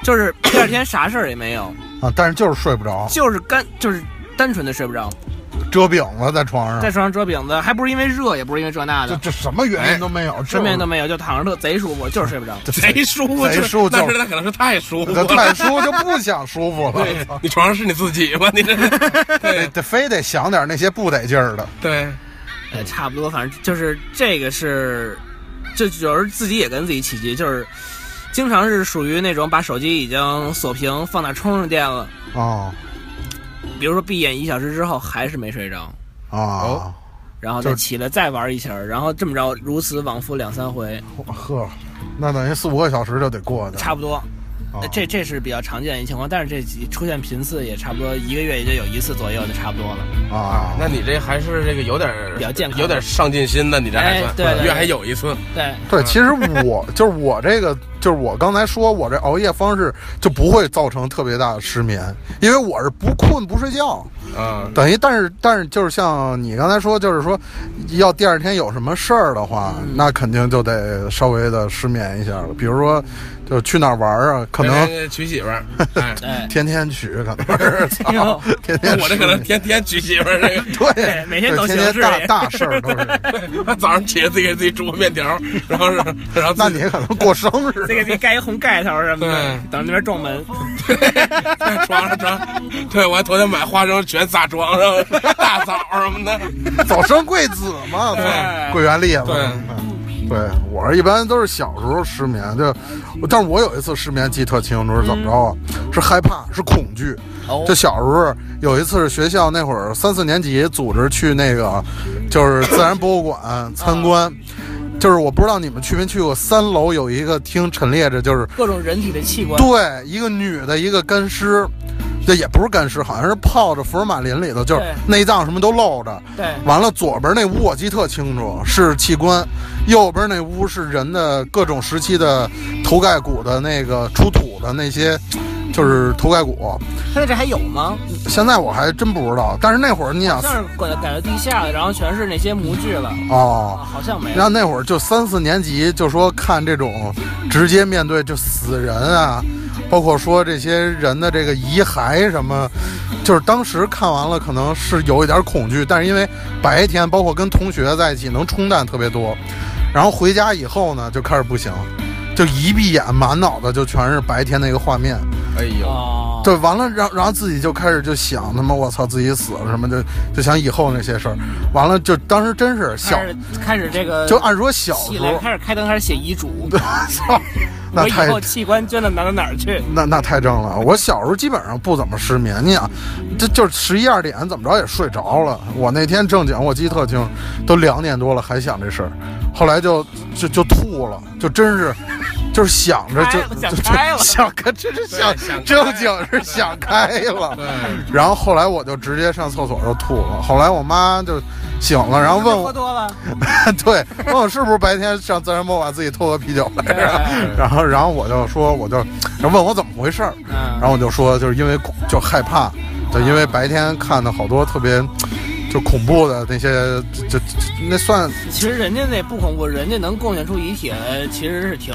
Speaker 4: 就是 第二天啥事儿也没有，
Speaker 2: 啊，但是就是睡不着，
Speaker 4: 就是干就是单纯的睡不着，
Speaker 2: 遮饼了在床
Speaker 4: 在
Speaker 2: 上，
Speaker 4: 床上折饼子，还不是因为热，也不是因为这那
Speaker 2: 这
Speaker 4: 的，
Speaker 2: 这什么原因都没有，
Speaker 4: 哎什么原因都
Speaker 2: 没
Speaker 4: 没有，就躺着特贼舒服，就是睡不着。
Speaker 3: 哎贼舒服，
Speaker 2: 贼舒服
Speaker 3: 但是他可能是太舒服
Speaker 2: 这
Speaker 3: 了，
Speaker 2: 太舒服就不想舒服
Speaker 3: 对
Speaker 2: 了，
Speaker 3: 你床上是你自己吗？你 这是
Speaker 2: 得
Speaker 3: 对
Speaker 2: 得非得想点那些不得劲儿的，
Speaker 3: 对，
Speaker 4: 呃，差不多，反正就是这个是，这有时候自己也跟自己起急，就是经常是属于那种把手机已经锁屏放那充上电了，
Speaker 2: 啊
Speaker 4: 比如说闭眼一小时之后还是没睡着，
Speaker 3: 哦
Speaker 2: 啊，
Speaker 4: 然后
Speaker 2: 就
Speaker 4: 再
Speaker 2: 是
Speaker 4: 起来再玩一下儿，然后这么着如此往复两三回，
Speaker 2: 呵，那等于四五个小时就得过去，
Speaker 4: 差不多。
Speaker 2: 啊
Speaker 4: 呃这这是比较常见的情况，但是这几出现频次也差不多一个月也就有一次左右，就差不多了。
Speaker 2: 啊，
Speaker 3: 那你这还是这个有点儿
Speaker 4: 比较健康
Speaker 3: 有点上进心的，你这还
Speaker 4: 哎
Speaker 3: 算
Speaker 4: 对对
Speaker 3: 月
Speaker 4: 对
Speaker 3: 还有一次，
Speaker 4: 对，
Speaker 2: 对，其实我就是我这个，就是我刚才说我这熬夜方式就不会造成特别大的失眠，因为我是不困不睡觉，
Speaker 3: 嗯，
Speaker 2: 等于但是但是就是像你刚才说，就是说要第二天有什么事儿的话，
Speaker 4: 嗯
Speaker 2: 那肯定就得稍微的失眠一下了，比如说就去哪儿玩儿啊，可能
Speaker 3: 天天娶媳妇儿，哎
Speaker 4: 哎，
Speaker 2: 天天去，可 能是操，天天
Speaker 3: 我这
Speaker 2: 去
Speaker 3: 可能天天娶媳妇儿，这
Speaker 2: 对
Speaker 3: 个
Speaker 4: 对， 每天
Speaker 2: 对
Speaker 4: 都
Speaker 2: 天
Speaker 4: 行
Speaker 2: 天大大
Speaker 4: 是
Speaker 2: 事儿都是，
Speaker 3: 早上起来自己给自己煮个面条， 然后是然后
Speaker 2: 那
Speaker 3: 自己
Speaker 2: 你可能过生
Speaker 4: 这
Speaker 2: 日
Speaker 4: 个得盖一红盖头什么的
Speaker 3: 对，
Speaker 4: 等那边撞门。
Speaker 3: 在 床上床，对我还昨天买花生全撒床上， 大枣什么 的，
Speaker 2: 早生贵子嘛，
Speaker 3: 对
Speaker 2: 操桂圆栗子。
Speaker 3: 对
Speaker 2: 嗯对我是一般都是小时候失眠，就，但是我有一次失眠记得特清楚，是怎么着啊？是害怕，是恐惧。就小时候有一次是学校那会儿三四年级组织去那个，就是自然博物馆参观，就是我不知道你们去没去过，三楼有一个厅陈列着就是
Speaker 4: 各种人体的器官，
Speaker 2: 对，一个女的，一个干尸，这也不是干尸，好像是泡着福尔马林里头，就是
Speaker 4: 对
Speaker 2: 内脏什么都露着。
Speaker 4: 对
Speaker 2: 完了，左边那屋我记得特清楚是器官，右边那屋是人的各种时期的头盖骨的那个出土的那些，就是头盖骨。
Speaker 4: 现在这还有吗？
Speaker 2: 现在我还真不知道，但是那会儿你
Speaker 3: 啊
Speaker 2: 想
Speaker 4: 像是改改到地下了，然后全是那些模具了
Speaker 2: 哦
Speaker 4: 啊，，好像没
Speaker 2: 然
Speaker 4: 了。
Speaker 2: 后那会儿就三四年级，就说看这种直接面对就死人啊，包括说这些人的这个遗骸什么，就是当时看完了可能是有一点恐惧，但是因为白天包括跟同学在一起能冲淡特别多，然后回家以后呢就开始不行，就一闭眼满脑子就全是白天那个画面，
Speaker 3: 哎呦，
Speaker 4: 哦，
Speaker 2: 对，完了，然后然后自己就开始就想他妈我操自己死了什么就就想以后那些事儿，完了就当时真是小
Speaker 4: 开。始开始这个
Speaker 2: 就按说小
Speaker 4: 起
Speaker 2: 时
Speaker 4: 来
Speaker 2: 候，
Speaker 4: 开始开灯，开始写遗 嘱。
Speaker 2: 操，那
Speaker 4: 我以
Speaker 2: 太
Speaker 4: 后器官捐到哪儿哪儿 去？
Speaker 2: 那那太正了。我小时候基本上不怎么失眠，你想，这就是十一二点怎么着也睡着了。我那天正经，我记得特清，都两点多了还想这事儿，后来就就就吐了，就真是。就是想着就
Speaker 4: 开了
Speaker 2: 就
Speaker 4: 想
Speaker 2: 就
Speaker 4: 开了
Speaker 2: 想开，真是想
Speaker 3: 想开
Speaker 2: 正经是 想开了。然后后来我就直接上厕所就吐了。后来我妈就醒了，然后问我
Speaker 4: 喝，多了，
Speaker 2: 对，问我是不是白天上自然博物馆自己偷喝啤酒来着？然后，然后我就说，我就，然后问我怎么回事儿，
Speaker 4: 嗯
Speaker 2: 然后我就说，就是因为就害怕，就因为白天看的好多特别就恐怖的那些，就就那算，
Speaker 4: 其实人家那不恐怖，人家能贡献出遗体来，其实是挺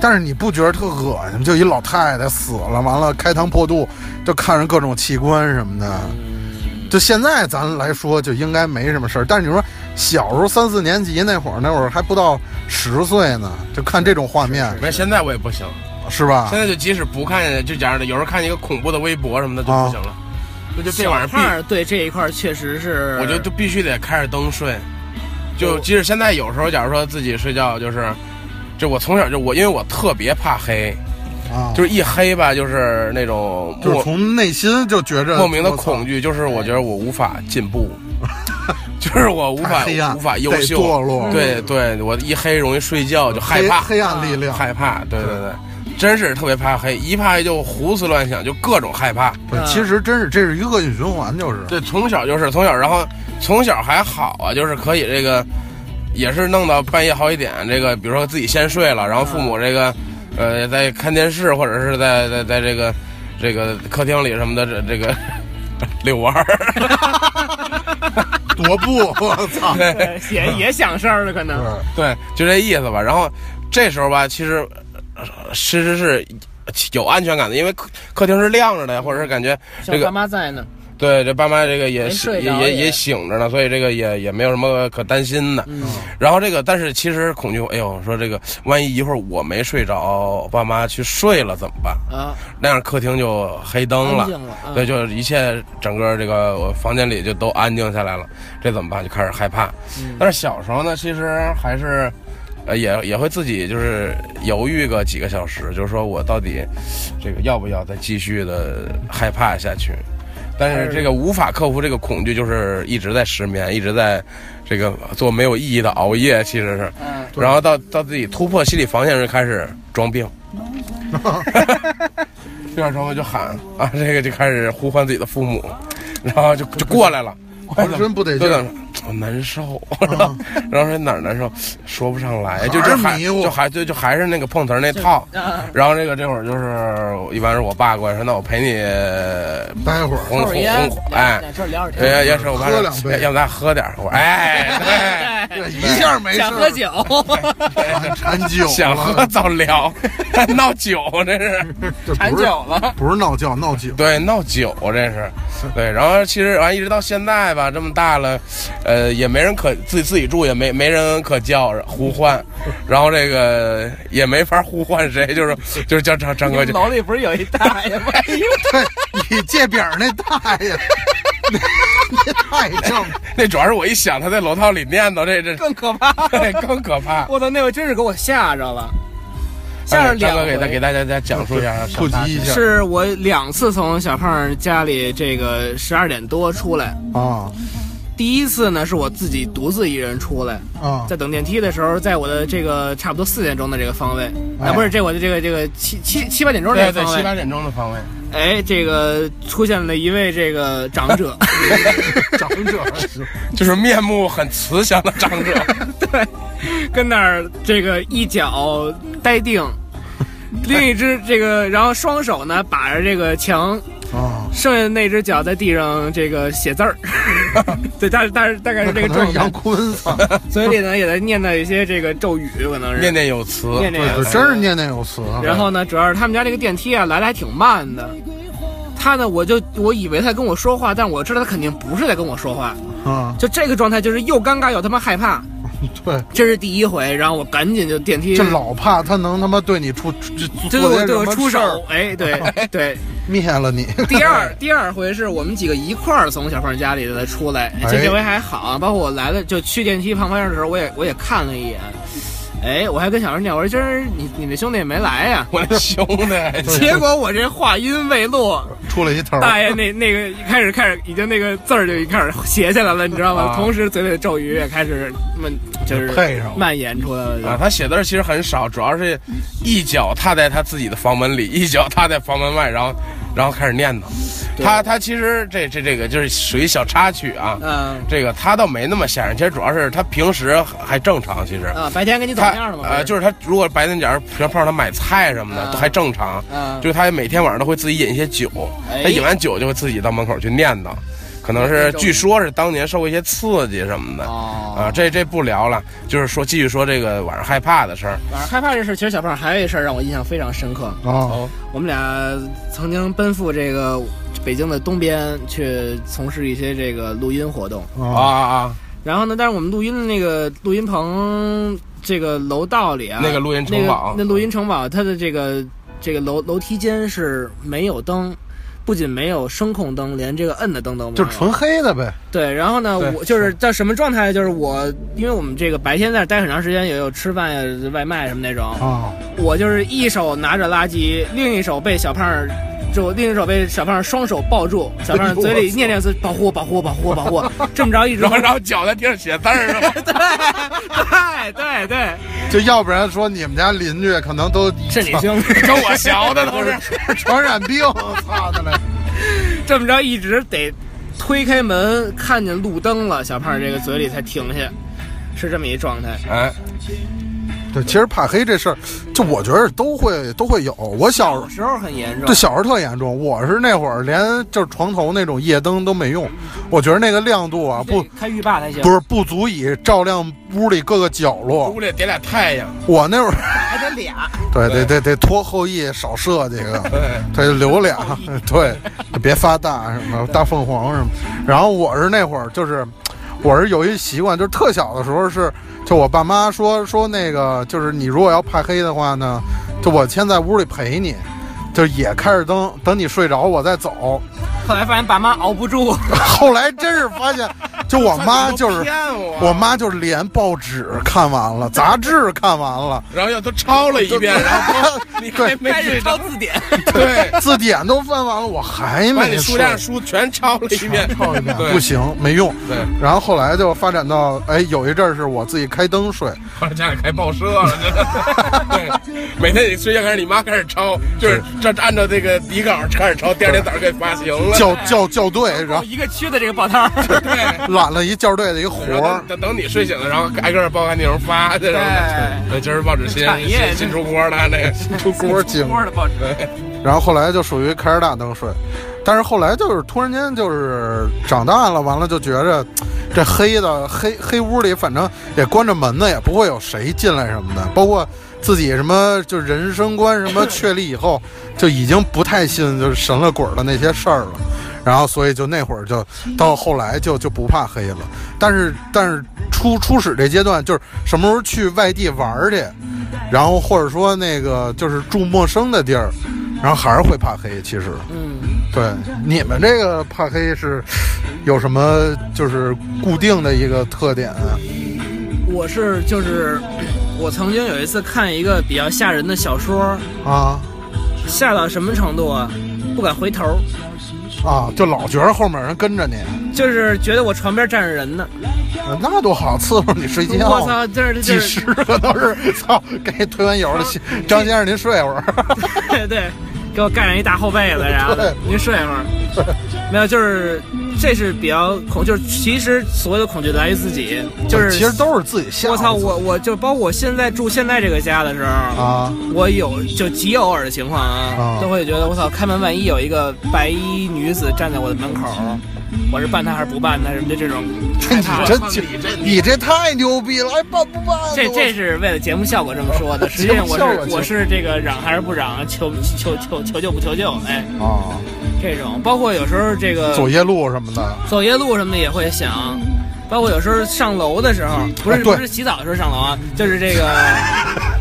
Speaker 2: 但是你不觉得特恶心吗？就一老太太死了，完了开膛破肚，就看着各种器官什么的。就现在咱来说，就应该没什么事儿。但是你说小时候三四年级那会儿，那会儿还不到十岁呢，就看这种画面，
Speaker 3: 没现在我也不行，
Speaker 2: 是吧
Speaker 3: 现？在就即使不看，就假如有时候看一个恐怖的微博什么的就
Speaker 2: 哦
Speaker 3: 不行了，那就这玩意儿
Speaker 4: 小胖
Speaker 3: 必，
Speaker 4: 儿对这一块儿确实是，
Speaker 3: 我就就必须得开着灯睡，
Speaker 2: 哦
Speaker 3: 就即使现在有时候，假如说自己睡觉就是。就我从小就我，因为我特别怕黑，
Speaker 2: 啊，
Speaker 3: 就是一黑吧，就是那种
Speaker 2: 就
Speaker 3: 莫
Speaker 2: 是从内心就觉着
Speaker 3: 莫名的恐，惧，就是
Speaker 2: 哎
Speaker 3: 我觉得我无法 进步，就是我无
Speaker 2: 我操
Speaker 3: 法
Speaker 2: 太黑暗，
Speaker 3: 无法优
Speaker 2: 得
Speaker 3: 秀，
Speaker 2: 堕落，
Speaker 3: 对对，我一黑容易睡觉，就害
Speaker 2: 黑
Speaker 3: 怕，嗯
Speaker 2: 黑暗力量，
Speaker 3: 害怕，对对对，真是特别怕黑，一怕黑就胡思乱想，就各种害怕。嗯
Speaker 2: 对，其实真是这是一个恶性循环，就是
Speaker 3: 对，从小就是从小，然后从小还好啊，就是可以这个。也是弄到半夜好几点，这个比如说自己先睡了，然后父母这个，呃，在看电视或者是在在在这个这个客厅里什么的，这这个遛弯儿，
Speaker 2: 踱步，我操！
Speaker 4: 对，也 也想事儿了，可能。
Speaker 3: 对，就这意思吧。然后这时候吧，其实呃其实是有安全感的，因为客客厅是亮着的，或者是感觉
Speaker 4: 像
Speaker 3: 这
Speaker 4: 爸
Speaker 3: 个
Speaker 4: 妈在呢，
Speaker 3: 对这爸妈这个也
Speaker 4: 没
Speaker 3: 是
Speaker 4: 睡
Speaker 3: 也也
Speaker 4: 着也
Speaker 3: 也醒着呢，所以这个也也没有什么可担心的。
Speaker 4: 嗯，
Speaker 3: 然后这个，但是其实恐惧，哎呦，说这个万一一会儿我没睡着，爸妈去睡了怎么办？
Speaker 4: 啊，
Speaker 3: 那样客厅就黑灯了
Speaker 4: 安，静了，啊
Speaker 3: 对，就是一切整个这个我房间里就都安静下来了，这怎么办？就开始害怕。
Speaker 4: 嗯
Speaker 3: 但是小时候呢，其实还是，呃，也也会自己就是犹豫个几个小时，就是说我到底这个要不要再继续的害怕下去。但是这个无法克服这个恐惧，就是一直在失眠，一直在这个做没有意义的熬夜，其实是。
Speaker 4: 嗯，
Speaker 3: 然后到到自己突破心理防线时，开始装病。这样装病就喊啊，这个就开始呼唤自己的父母，然后就就过来了。
Speaker 2: 浑身不得劲
Speaker 3: 对
Speaker 2: 儿，
Speaker 3: 的，我哦难受，然后 然后说哪儿难受，说不上来，就
Speaker 2: 还
Speaker 3: 就还
Speaker 2: 是迷糊
Speaker 3: 就还就就还是那个碰瓷儿那套。
Speaker 4: 啊，
Speaker 3: 然后这个这会儿就是一般是我爸过来说，那我陪你
Speaker 2: 待会儿
Speaker 3: 红
Speaker 4: 抽会儿烟
Speaker 3: 红，哎，
Speaker 4: 在这儿聊会儿天，
Speaker 3: 也也是我爸
Speaker 2: 嗯喝
Speaker 3: 说
Speaker 2: 两杯
Speaker 3: 要要不咱喝点儿，我说哎，
Speaker 2: 这一下没事
Speaker 4: 想喝酒，
Speaker 2: 儿，馋酒
Speaker 3: 对想喝
Speaker 2: 了，嗯
Speaker 3: 早聊，闹酒这是。
Speaker 2: 这
Speaker 4: 馋
Speaker 2: 不是
Speaker 4: 酒了，
Speaker 2: 不是闹觉，闹酒。
Speaker 3: 对，闹酒这是，对，然后其实完一直到现在吧，这么大了，呃，也没人可自己自己住，也没没人可叫呼唤，然后这个也没法呼唤谁，就是就是叫张 张
Speaker 4: 你
Speaker 3: 哥
Speaker 4: 们
Speaker 3: 就
Speaker 4: 楼里不是有一大爷 吗？哎
Speaker 2: 对你借饼儿那大爷， 那太 正了。
Speaker 3: 那主要是我一想他在楼道里念叨这这
Speaker 4: 更可怕，
Speaker 3: 这更可怕。
Speaker 4: 我操，那回真是给我吓着了，吓着
Speaker 3: 哎张
Speaker 4: 两
Speaker 3: 哥给大
Speaker 4: 回
Speaker 3: 给。大家家讲述一下
Speaker 2: 普及一下
Speaker 4: 是我两次从小胖家里这个十二点多出来，
Speaker 2: 啊
Speaker 4: 第一次呢是我自己独自一人出来，
Speaker 2: 啊！
Speaker 4: 在等电梯的时候，在我的这个差不多四点钟的这个方位，
Speaker 2: 哎
Speaker 4: 啊不是这我的这个这个七七七八点钟这
Speaker 3: 对
Speaker 4: 个
Speaker 3: 对，
Speaker 4: 方
Speaker 3: 七
Speaker 4: 位，
Speaker 3: 八点钟的方位，
Speaker 4: 哎，这个出现了一位这个 长者，
Speaker 2: 长者是
Speaker 3: 就是面目很慈祥的张 哥，
Speaker 4: 对，跟那儿这个一脚呆定，另一只这个，然后双手呢把着这个墙，
Speaker 2: 啊，
Speaker 4: 剩下的那只脚在地上这个 写字儿，对，大大大概是
Speaker 2: 可
Speaker 4: 这
Speaker 2: 能
Speaker 4: 个状
Speaker 2: 是杨
Speaker 4: 态，
Speaker 2: 坤操，
Speaker 4: 嘴里呢也在念叨一些这个咒语，可能是
Speaker 3: 念念有词，
Speaker 4: 念念有
Speaker 2: 对，
Speaker 4: 词
Speaker 2: 真是念念有词。啊
Speaker 4: 然后呢，主要是他们家这个电梯啊来的还挺慢的。他呢，我就我以为他跟我说话，但我知道他肯定不是在跟我说话。
Speaker 2: 啊，
Speaker 4: 就这个状态，就是又尴尬又他妈害怕，
Speaker 2: 对，
Speaker 4: 这是第一回。然后我赶紧就电梯，
Speaker 2: 这老怕他能他妈对你出这
Speaker 4: 对
Speaker 2: 做
Speaker 4: 对
Speaker 2: 些
Speaker 4: 我对
Speaker 2: 什
Speaker 4: 我
Speaker 2: 么
Speaker 4: 出
Speaker 2: 事儿
Speaker 4: 手，哎，对对。
Speaker 2: 灭了你。
Speaker 4: 第二第二回是我们几个一块儿从小胖家里再出来，这
Speaker 2: 哎
Speaker 4: 这回还好啊。包括我来了就去电梯旁边的时候，我也我也看了一眼，哎，我还跟小胖讲，我说今儿你你那兄弟也没来呀、
Speaker 3: 我那兄弟，
Speaker 4: 结果我这话音未落，
Speaker 2: 出了一头儿，
Speaker 4: 大爷那那个一开始开始已经那个字儿就已经开始写起来了，你知道吗？
Speaker 3: 啊
Speaker 4: 同时嘴里的咒语也开始慢，就是
Speaker 2: 配上了
Speaker 4: 蔓延出来了
Speaker 3: 啊，
Speaker 4: 就。
Speaker 3: 他写字儿其实很少，主要是一脚踏在他自己的房门里，一脚踏在房门外，然后，然后开始念叨。
Speaker 4: 对
Speaker 3: 他他其实这这这个就是属于小插曲啊，
Speaker 4: 嗯
Speaker 3: 这个他倒没那么吓人，其实主要是他平时还正常，其实
Speaker 4: 啊，白天跟你怎
Speaker 3: 他
Speaker 4: 么样了吗？
Speaker 3: 呃就是他如果白天点儿，平常碰上他买菜什么的
Speaker 4: 啊
Speaker 3: 都还正常，
Speaker 4: 嗯，
Speaker 3: 就是他每天晚上都会自己饮一些酒，
Speaker 4: 哎
Speaker 3: 他饮完酒就会自己到门口去念叨，可能是
Speaker 4: 这种
Speaker 3: 据说是当年受过一些刺激什么的。啊，
Speaker 4: 哦，
Speaker 3: 这这不聊了，就是说继续说这个晚上害怕的事儿。
Speaker 4: 晚上害怕这事，其实小胖还有一事儿让我印象非常深刻。
Speaker 2: 啊，
Speaker 4: 我们俩曾经奔赴这个北京的东边去从事一些这个录音活动，
Speaker 3: 啊
Speaker 2: 啊，
Speaker 3: 啊啊！
Speaker 4: 然后呢，但是我们录音的那个录音棚这个楼道里啊，
Speaker 3: 那个录音城堡
Speaker 4: 那个那录音城堡它的这个这个楼楼梯间是没有灯。不仅没有声控灯，连这个摁的灯都没有。
Speaker 2: 就是纯黑的呗。
Speaker 4: 对，然后呢，
Speaker 3: 对
Speaker 4: 我就是到什么状态？就是我，因为我们这个白天在那儿待很长时间，也有吃饭呀、外卖什么那种。
Speaker 2: 啊，
Speaker 4: 我就是一手拿着垃圾，另一手被小胖儿，就另一手被小胖儿双手抱住，小胖儿嘴里念念自保护我保护我保护我保护我，这么着 一直
Speaker 3: 然后然后脚在地上写字儿是 吧？
Speaker 4: 对对对，
Speaker 2: 就要不然说你们家邻居可能都
Speaker 4: 是你兄弟，
Speaker 3: 跟我学的都是。
Speaker 2: 传染病，我操的嘞！
Speaker 4: 这么着一直得推开门，看见路灯了，小胖这个嘴里才停下。是这么一状态。
Speaker 3: 哎，
Speaker 2: 对，其实怕黑这事儿，就我觉得都会都会有。我小时候
Speaker 4: 有时候很严重，
Speaker 2: 对，小时候特严重，我是那会儿连就是床头那种夜灯都没用，我觉得那个亮度啊不
Speaker 4: 开浴霸才行，
Speaker 2: 不是不足以照亮屋里各个角落。
Speaker 3: 屋里点俩太阳，
Speaker 2: 我那会儿
Speaker 4: 还得俩，
Speaker 2: 对得得得拖后羿少射几个，
Speaker 3: 哎，
Speaker 2: 对留俩，对别发大什么大凤凰什么。然后我是那会儿就是，我是有一习惯，就是特小的时候是，就我爸妈说说那个就是你如果要怕黑的话呢，就我先在屋里陪你。就也开着灯，等你睡着我再走。
Speaker 4: 后来发现爸妈熬不住，
Speaker 2: 后来真是发现，就我妈就是
Speaker 3: 骗我，
Speaker 2: 我妈就是连报纸看完了，杂志看完了，
Speaker 3: 然后又都抄了一遍，然后都你还没
Speaker 4: 开
Speaker 3: 睡
Speaker 4: 始
Speaker 3: 着
Speaker 4: 抄，字典，
Speaker 3: 对，
Speaker 2: 字典都翻完了，我还
Speaker 3: 把你
Speaker 2: 没
Speaker 3: 书
Speaker 2: 睡。
Speaker 3: 架上书全抄了一遍，
Speaker 2: 抄一遍
Speaker 3: 对
Speaker 2: 不行，没用。
Speaker 3: 对，
Speaker 2: 然后后来就发展到，哎，有一阵儿是我自己开灯睡，
Speaker 3: 后来家里开报社了，真的。对，每天你睡觉开始，你妈开始抄，就是这按照这个底稿开始抄，第二天早上给发行了。
Speaker 2: 校校校队，然后
Speaker 4: 一个区的这个报摊儿。
Speaker 3: 对，然
Speaker 2: 揽了一校队的一个活
Speaker 3: 后
Speaker 2: 儿
Speaker 3: 等。等等你睡醒了，然后挨个报刊内容发，这种的。对，今儿报纸新
Speaker 4: 产业
Speaker 3: 新新出锅了，那个
Speaker 2: 出锅 精，
Speaker 4: 窝的报纸，
Speaker 2: 然后后来就属于开着大灯睡，但是后来就是突然间就是长大了，完了就觉着这黑的黑黑屋里，反正也关着门呢，也不会有谁进来什么的，包括自己什么就人生观什么确立以后，就已经不太信就是神了鬼儿的那些事儿了。然后，所以就那会儿就到后来就就不怕黑了，但是但是初初始这阶段就是什么时候去外地玩儿去，然后或者说那个就是住陌生的地儿，然后还是会怕黑。其实，
Speaker 4: 嗯，
Speaker 2: 对你们这个怕黑是有什么就是固定的一个特点啊？
Speaker 4: 我是就是，我曾经有一次看一个比较吓人的小说，
Speaker 2: 啊
Speaker 4: 吓到什么程度啊？不敢回头，
Speaker 2: 啊，就老觉着后面人跟着你，
Speaker 4: 就是觉得我床边站着人呢。
Speaker 2: 那多好，伺候你睡觉。
Speaker 4: 我操，这是
Speaker 2: 几
Speaker 4: 这
Speaker 2: 十
Speaker 4: 是
Speaker 2: 个都是，操！给推完油了，张先生您睡会儿。
Speaker 4: 对，给我盖上一大厚被子，然后
Speaker 2: 对
Speaker 4: 您睡一会儿。没有，就是这是比较恐，就是其实所有的恐惧来自自己，就是
Speaker 2: 其实都是自己吓。
Speaker 4: 我操，我我就包括我现在住现在这个家的时候，
Speaker 2: 啊
Speaker 4: 我有就极偶尔的情况啊
Speaker 2: 啊，
Speaker 4: 都会觉得我操，开门万一有一个白衣女子站在我的门口，我是办她还是不办她什么 的这种害怕
Speaker 2: 你真就你这太牛逼了，哎，办不办？
Speaker 4: 这这是为了节目效果这么说的，实际上我
Speaker 2: 节目效果
Speaker 4: 是我是这个嚷还是不嚷，啊求求求求救不求救，哎，
Speaker 2: 啊，
Speaker 4: 这种包括有时候这个
Speaker 2: 走夜路什么的，
Speaker 4: 走夜路什么的也会想，包括有时候上楼的时候，不
Speaker 2: 啊
Speaker 4: 是
Speaker 2: 对
Speaker 4: 不是洗澡的时候上楼啊，就是这 个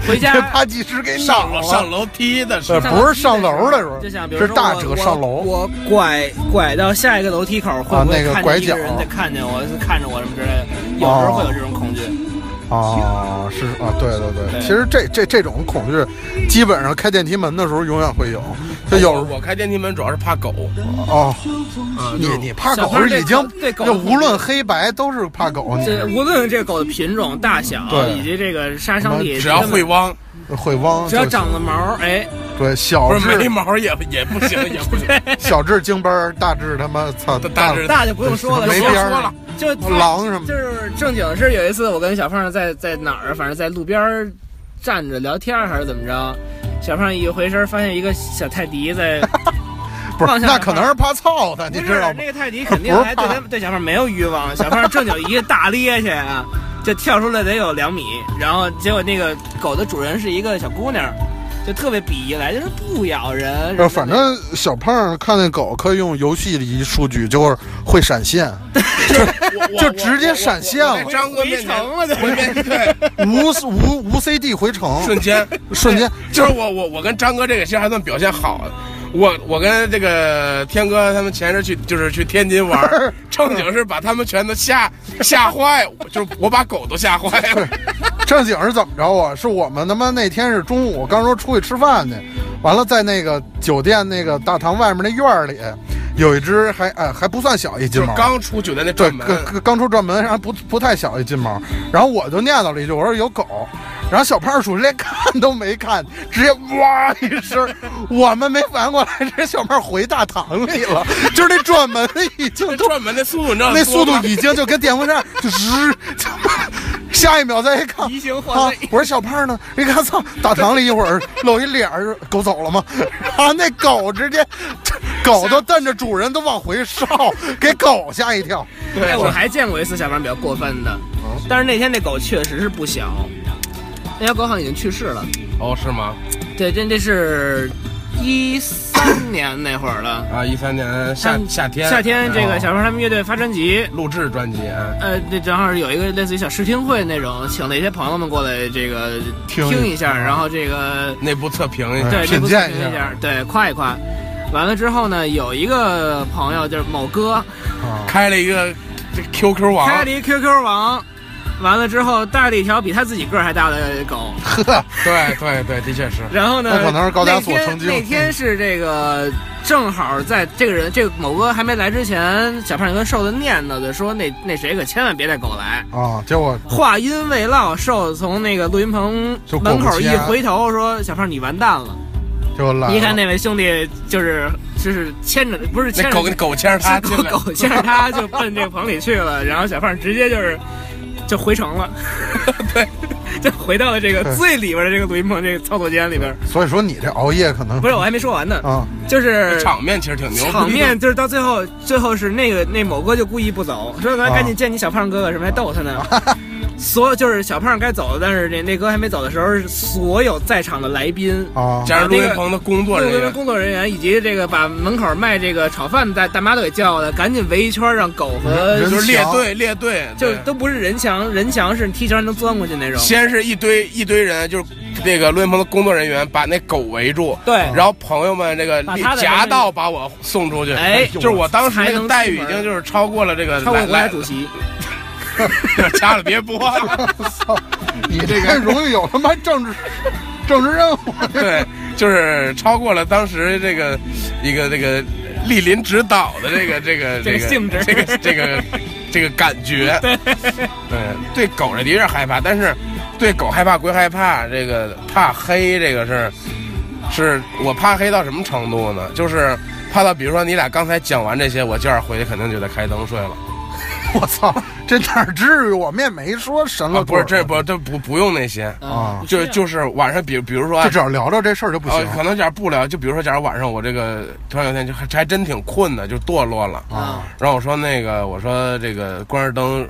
Speaker 4: 回
Speaker 2: 这
Speaker 4: 家
Speaker 2: 怕技师给
Speaker 3: 上
Speaker 2: 了
Speaker 3: 楼上楼梯的时
Speaker 2: 呃，
Speaker 3: 候，
Speaker 4: 上
Speaker 2: 不是上楼的时候，
Speaker 4: 就像比如
Speaker 2: 是
Speaker 4: 说
Speaker 2: 大
Speaker 4: 我
Speaker 2: 者上楼。
Speaker 4: 我我拐拐到下一个楼梯口，会
Speaker 2: 啊
Speaker 4: 不
Speaker 2: 那
Speaker 4: 会
Speaker 2: 个
Speaker 4: 看
Speaker 2: 拐
Speaker 4: 见一个
Speaker 2: 角
Speaker 4: 人在看见我，看着我什么之类的？有时候会有这种恐惧。
Speaker 2: 哦啊，是啊，对对对，
Speaker 4: 对
Speaker 2: 其实这这这种恐惧，基本上开电梯门的时候永远会有，就有
Speaker 3: 我开电梯门主要是怕狗，
Speaker 2: 哦，你你怕
Speaker 4: 小
Speaker 2: 狗
Speaker 4: 胖啊对
Speaker 2: 已经
Speaker 4: 狗对狗
Speaker 2: 就无论黑白都是怕狗，你
Speaker 4: 这无论这个狗的品种、大小
Speaker 2: 对
Speaker 4: 以及这个杀伤力，
Speaker 3: 只要
Speaker 4: 根本
Speaker 3: 会汪，
Speaker 2: 会汪，
Speaker 4: 只要
Speaker 2: 就
Speaker 4: 长了毛，哎，
Speaker 2: 对
Speaker 3: 不
Speaker 2: 小
Speaker 3: 是没
Speaker 2: 智
Speaker 3: 毛也也不行，也不行。
Speaker 2: 小智京巴儿，大智他妈操
Speaker 3: 大大智
Speaker 4: 大就不用说了，
Speaker 2: 没
Speaker 4: 说
Speaker 2: 边儿
Speaker 4: 说了，就
Speaker 2: 狼什么的
Speaker 4: 就是正经是有一次我跟小胖在在哪儿，反正在路边儿站着聊天儿还是怎么着，小胖一回身发现一个小泰迪在，
Speaker 2: 不是
Speaker 4: 放下
Speaker 2: 那
Speaker 4: 来
Speaker 2: 可能是怕操他，你
Speaker 4: 不
Speaker 2: 知
Speaker 4: 是
Speaker 2: 道吗
Speaker 4: 那？个泰迪肯定还对他对小胖没有欲望，小胖正经一个大趔趄啊，就跳出来得有两米，然后结果那个狗的主人是一个小姑娘。就特别鄙夷来，就是不咬人。
Speaker 2: 呃，反正小胖看那狗可以用游戏里数据，就是会闪现，就直接闪现了
Speaker 3: 在张哥面前
Speaker 4: 回城了就
Speaker 3: 我面对，
Speaker 2: 无无无 CD 回城，
Speaker 3: 瞬间，
Speaker 2: 瞬间
Speaker 3: 就是我我我跟张哥这个其实还算表现好的。我我跟这个天哥他们前阵去就是去天津玩 儿，正经是把他们全都吓吓坏，就是我把狗都吓坏了。
Speaker 2: 正经是怎么着啊？是我们他妈那天是中午，刚说出去吃饭去，完了在那个酒店那个大堂外面那院儿里，有一只还哎还不算小一
Speaker 3: 就
Speaker 2: 金
Speaker 3: 是
Speaker 2: 毛，
Speaker 3: 刚出酒店那
Speaker 2: 对
Speaker 3: 转门，
Speaker 2: 刚刚出转门，然后不不太小一金毛，然后我就念叨了一句，我说有狗，然后小胖鼠连看都没看，直接哇一声，我们没反应过来，这小胖回大堂里了，就是那转门已经
Speaker 3: 那
Speaker 2: 都
Speaker 3: 转门那速度你知道
Speaker 2: 那速度
Speaker 3: 多吗
Speaker 2: 已经就跟电风扇就是。下一秒再一看，
Speaker 4: 移形
Speaker 2: 啊
Speaker 4: 换位，，
Speaker 2: 我说小胖呢？一看，操，打堂里一会儿露一脸儿，狗走了吗？ 啊，那狗直接，狗都瞪着主人都往回烧，给狗吓一跳。
Speaker 4: 哎，我还见过一次下班比较过分的，
Speaker 2: 哦
Speaker 4: 但是那天那狗确实是不小，那条狗好像已经去世了。
Speaker 3: 哦，是吗？
Speaker 4: 对，这这是一三年那会儿了，
Speaker 3: 啊，一三年夏
Speaker 4: 嗯
Speaker 3: 夏天，
Speaker 4: 夏天这个
Speaker 3: 哦
Speaker 4: 小时候他们乐队发专辑。
Speaker 3: 录制专辑啊，
Speaker 4: 呃，那正好是有一个类似于小试听会那种，请了一些朋友们过来，这个
Speaker 2: 听嗯
Speaker 4: 听一下，然后这个
Speaker 3: 内部测评一下。
Speaker 4: 对，这
Speaker 2: 品
Speaker 4: 不
Speaker 2: 鉴
Speaker 4: 错
Speaker 2: 一下
Speaker 4: 品鉴对，夸一夸。完了之后呢，有一个朋友就是某哥，
Speaker 2: 啊，
Speaker 3: 开了一个这 QQ 网，
Speaker 4: 开了一 QQ 王，完了之后带了一条比他自己个儿还大的狗，
Speaker 2: 呵，
Speaker 3: 对对对，的确是。
Speaker 4: 然后呢，
Speaker 2: 那可能是高加索成精嗯
Speaker 4: 那天那天是这个正好在这个人这个某哥还没来之前，小胖就跟瘦子念叨着说那那谁可千万别带狗来。
Speaker 2: 啊，结果
Speaker 4: 话音未落，瘦子从那个录音棚
Speaker 2: 就过
Speaker 4: 门
Speaker 2: 不
Speaker 4: 口
Speaker 2: 去
Speaker 4: 一
Speaker 2: 啊
Speaker 4: 回头说：“小胖，你完蛋了！”
Speaker 2: 结果来了。
Speaker 4: 一看那位兄弟就是就是牵着不是牵
Speaker 3: 那
Speaker 4: 着
Speaker 3: 狗那狗牵着他
Speaker 4: 是
Speaker 3: 进
Speaker 4: 狗
Speaker 3: 来，
Speaker 4: 狗牵着他就奔这个棚里去了，然后小胖直接就是就回城了，对， 就回到了这个最里边的这个录音棚这个操作间里边。
Speaker 2: 所以说你这熬夜可能
Speaker 4: 不是，我还没说完呢，
Speaker 2: 啊，
Speaker 4: 就是
Speaker 3: 场面其实挺牛逼的。
Speaker 4: 场面就是到最后，最后是那个那某哥就故意不走，说赶
Speaker 3: 啊
Speaker 4: 赶紧见你小胖哥哥什么，还逗他呢。所有就是小胖该走了，但是那那哥还没走的时候，是所有在场的来宾
Speaker 2: 啊，
Speaker 3: 加上录音棚的工作人
Speaker 4: 工作
Speaker 3: 员，
Speaker 4: 工作人员以及这个把门口卖这个炒饭的大大妈都给叫了，赶紧围一圈让狗和
Speaker 2: 人
Speaker 3: 就是列队列队，
Speaker 4: 就
Speaker 3: 对
Speaker 4: 都不是人墙，人墙是踢球能钻过去那种。
Speaker 3: 先是一堆一堆人，就是这个录音棚的工作人员把那狗围住，
Speaker 4: 对，
Speaker 3: 然后朋友们这个
Speaker 4: 把他的
Speaker 3: 夹道把我送出去，
Speaker 4: 哎
Speaker 3: 就是我当时那
Speaker 4: 才能
Speaker 3: 个待遇
Speaker 4: 出
Speaker 3: 已
Speaker 4: 门
Speaker 3: 经就是超过了这个
Speaker 4: 超过
Speaker 3: 来
Speaker 4: 国家
Speaker 3: 来
Speaker 4: 主席，
Speaker 3: 掐了别播，
Speaker 2: 操，你这个容易有他妈政治政治任务。
Speaker 3: 对，就是超过了当时这个一个这个莅临指导的这个这个
Speaker 4: 这个性质
Speaker 3: 这个这个这个感觉，对， 对狗这的确是害怕，但是对狗害怕归害怕，这个怕黑这个是是我怕黑到什么程度呢？就是怕到比如说你俩刚才讲完这些，我今儿回去肯定就得开灯睡了。
Speaker 2: 我操，这哪儿至于？我们也没说神
Speaker 3: 啊，
Speaker 2: 了
Speaker 3: 不
Speaker 2: 鬼
Speaker 3: 是
Speaker 2: 儿，
Speaker 3: 这不这不不用那些，
Speaker 2: 啊
Speaker 3: 就就是晚上比比如说啊
Speaker 2: 就只要聊到这事儿就不
Speaker 3: 呃
Speaker 2: 行，
Speaker 3: 可能假如不聊，就比如说假如晚上我这个突然有一天就还还真挺困的，就堕落了。
Speaker 4: 啊，
Speaker 3: 然后我说那个我说这个关着灯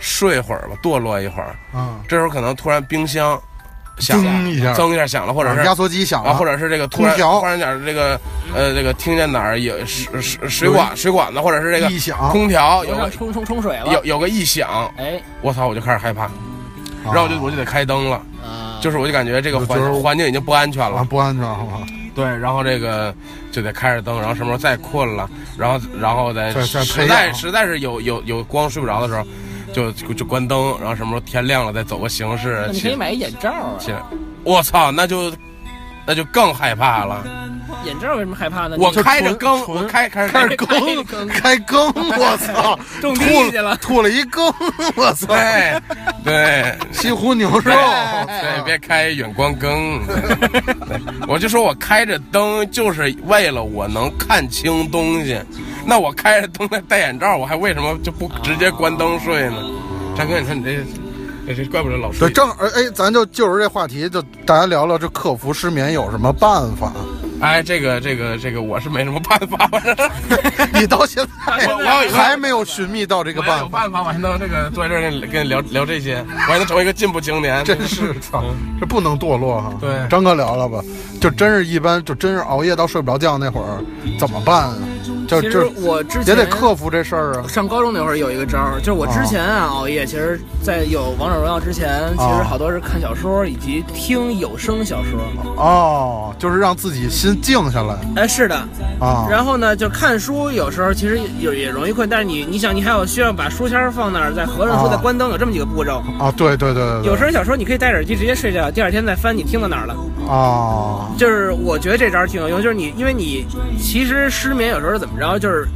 Speaker 3: 睡会儿吧，堕落一会儿。
Speaker 2: 啊，
Speaker 3: 这时候可能突然冰箱响了，
Speaker 2: 噌一下
Speaker 3: 噌一下响了，或者是
Speaker 2: 压缩机嗯响
Speaker 3: 啊，
Speaker 2: 了，
Speaker 3: 或者是这个突然
Speaker 2: 空调
Speaker 3: 突然点这个呃这个听见哪儿有水水水管水管子，或者是这个
Speaker 2: 异响，
Speaker 3: 空调有
Speaker 4: 有
Speaker 3: 个
Speaker 4: 冲冲冲水了，
Speaker 3: 有有个异响，
Speaker 4: 哎，
Speaker 3: 我操，我就开始害
Speaker 2: 哦
Speaker 3: 怕，
Speaker 2: 然
Speaker 3: 然后我就我就得开灯了，
Speaker 4: 啊
Speaker 3: 就是我就感觉这个
Speaker 2: 我觉得
Speaker 3: 环环境已经不安全了
Speaker 2: 啊。不安全好吧？
Speaker 3: 对，然后这个就得开着灯，然后什么时候再困了，然后然后再
Speaker 2: 再再
Speaker 3: 实
Speaker 2: 培
Speaker 3: 在
Speaker 2: 养
Speaker 3: 实在是有有有光睡不着的时候，就就就关灯，然后什么时候天亮了再走个形式
Speaker 4: 那你可以
Speaker 3: 起
Speaker 4: 买一眼罩啊，
Speaker 3: 起来。我操，那就那就更害怕了。
Speaker 4: 眼罩为什么害怕呢？
Speaker 3: 我
Speaker 4: 你
Speaker 2: 就
Speaker 3: 开着
Speaker 2: 纯
Speaker 3: 灯，我
Speaker 2: 纯
Speaker 3: 开开着
Speaker 2: 开始
Speaker 3: 灯，
Speaker 4: 开
Speaker 2: 更
Speaker 4: 更
Speaker 2: 开更，我操，
Speaker 4: 种地
Speaker 2: 吐
Speaker 4: 去了
Speaker 2: 吐了一更，我操，
Speaker 3: 对对
Speaker 2: 西湖牛肉，啊我操
Speaker 3: 对 对，哎别开远光 灯。我就说我开着灯就是为了我能看清东西，那我开着灯再戴眼罩，我还为什么就不直接关灯睡呢？张哥，你看你这，这哦这怪不得老睡
Speaker 2: 对，。正而哎，咱就就着这话题，就大家聊聊这克服失眠有什么办法？
Speaker 3: 哎，这个这个这个，我是没什么办法，我是
Speaker 2: 你到现 在
Speaker 3: 我我有
Speaker 2: 还没有寻觅到这个
Speaker 3: 我要
Speaker 2: 办
Speaker 3: 有
Speaker 2: 法，
Speaker 3: 办法，我还能这个坐在这儿跟你跟你聊聊这些，我还能成为一个进步青年。
Speaker 2: 真 是操，这不能堕落哈。
Speaker 3: 对
Speaker 2: 张哥聊聊吧，就真是一般，就真是熬夜到睡不着觉那会儿怎么办啊？就
Speaker 4: 其实
Speaker 2: 就
Speaker 4: 我之
Speaker 2: 也
Speaker 4: 前
Speaker 2: 得克服这事儿啊。
Speaker 4: 上高中那会儿有一个招儿，就是我之前啊熬夜，其实，在有王者荣耀之前，其
Speaker 2: 啊
Speaker 4: 实好多是看小说以及听有声小说。
Speaker 2: 哦，就是让自己心静下来
Speaker 4: 哎，是的。
Speaker 2: 啊。
Speaker 4: 然后呢，就看书，有时候其实也也容易困，但是你你想，你还有需要把书签儿放那儿，再合上书，
Speaker 2: 啊
Speaker 4: 再关灯，有这么几个步骤。
Speaker 2: 啊，对对对对，
Speaker 4: 有声小说你可以戴着耳机直接睡觉，第二天再翻你听到哪儿了。
Speaker 2: 啊，
Speaker 4: 就是我觉得这招儿挺有用，就是你因为你其实失眠有时候是怎么着，就是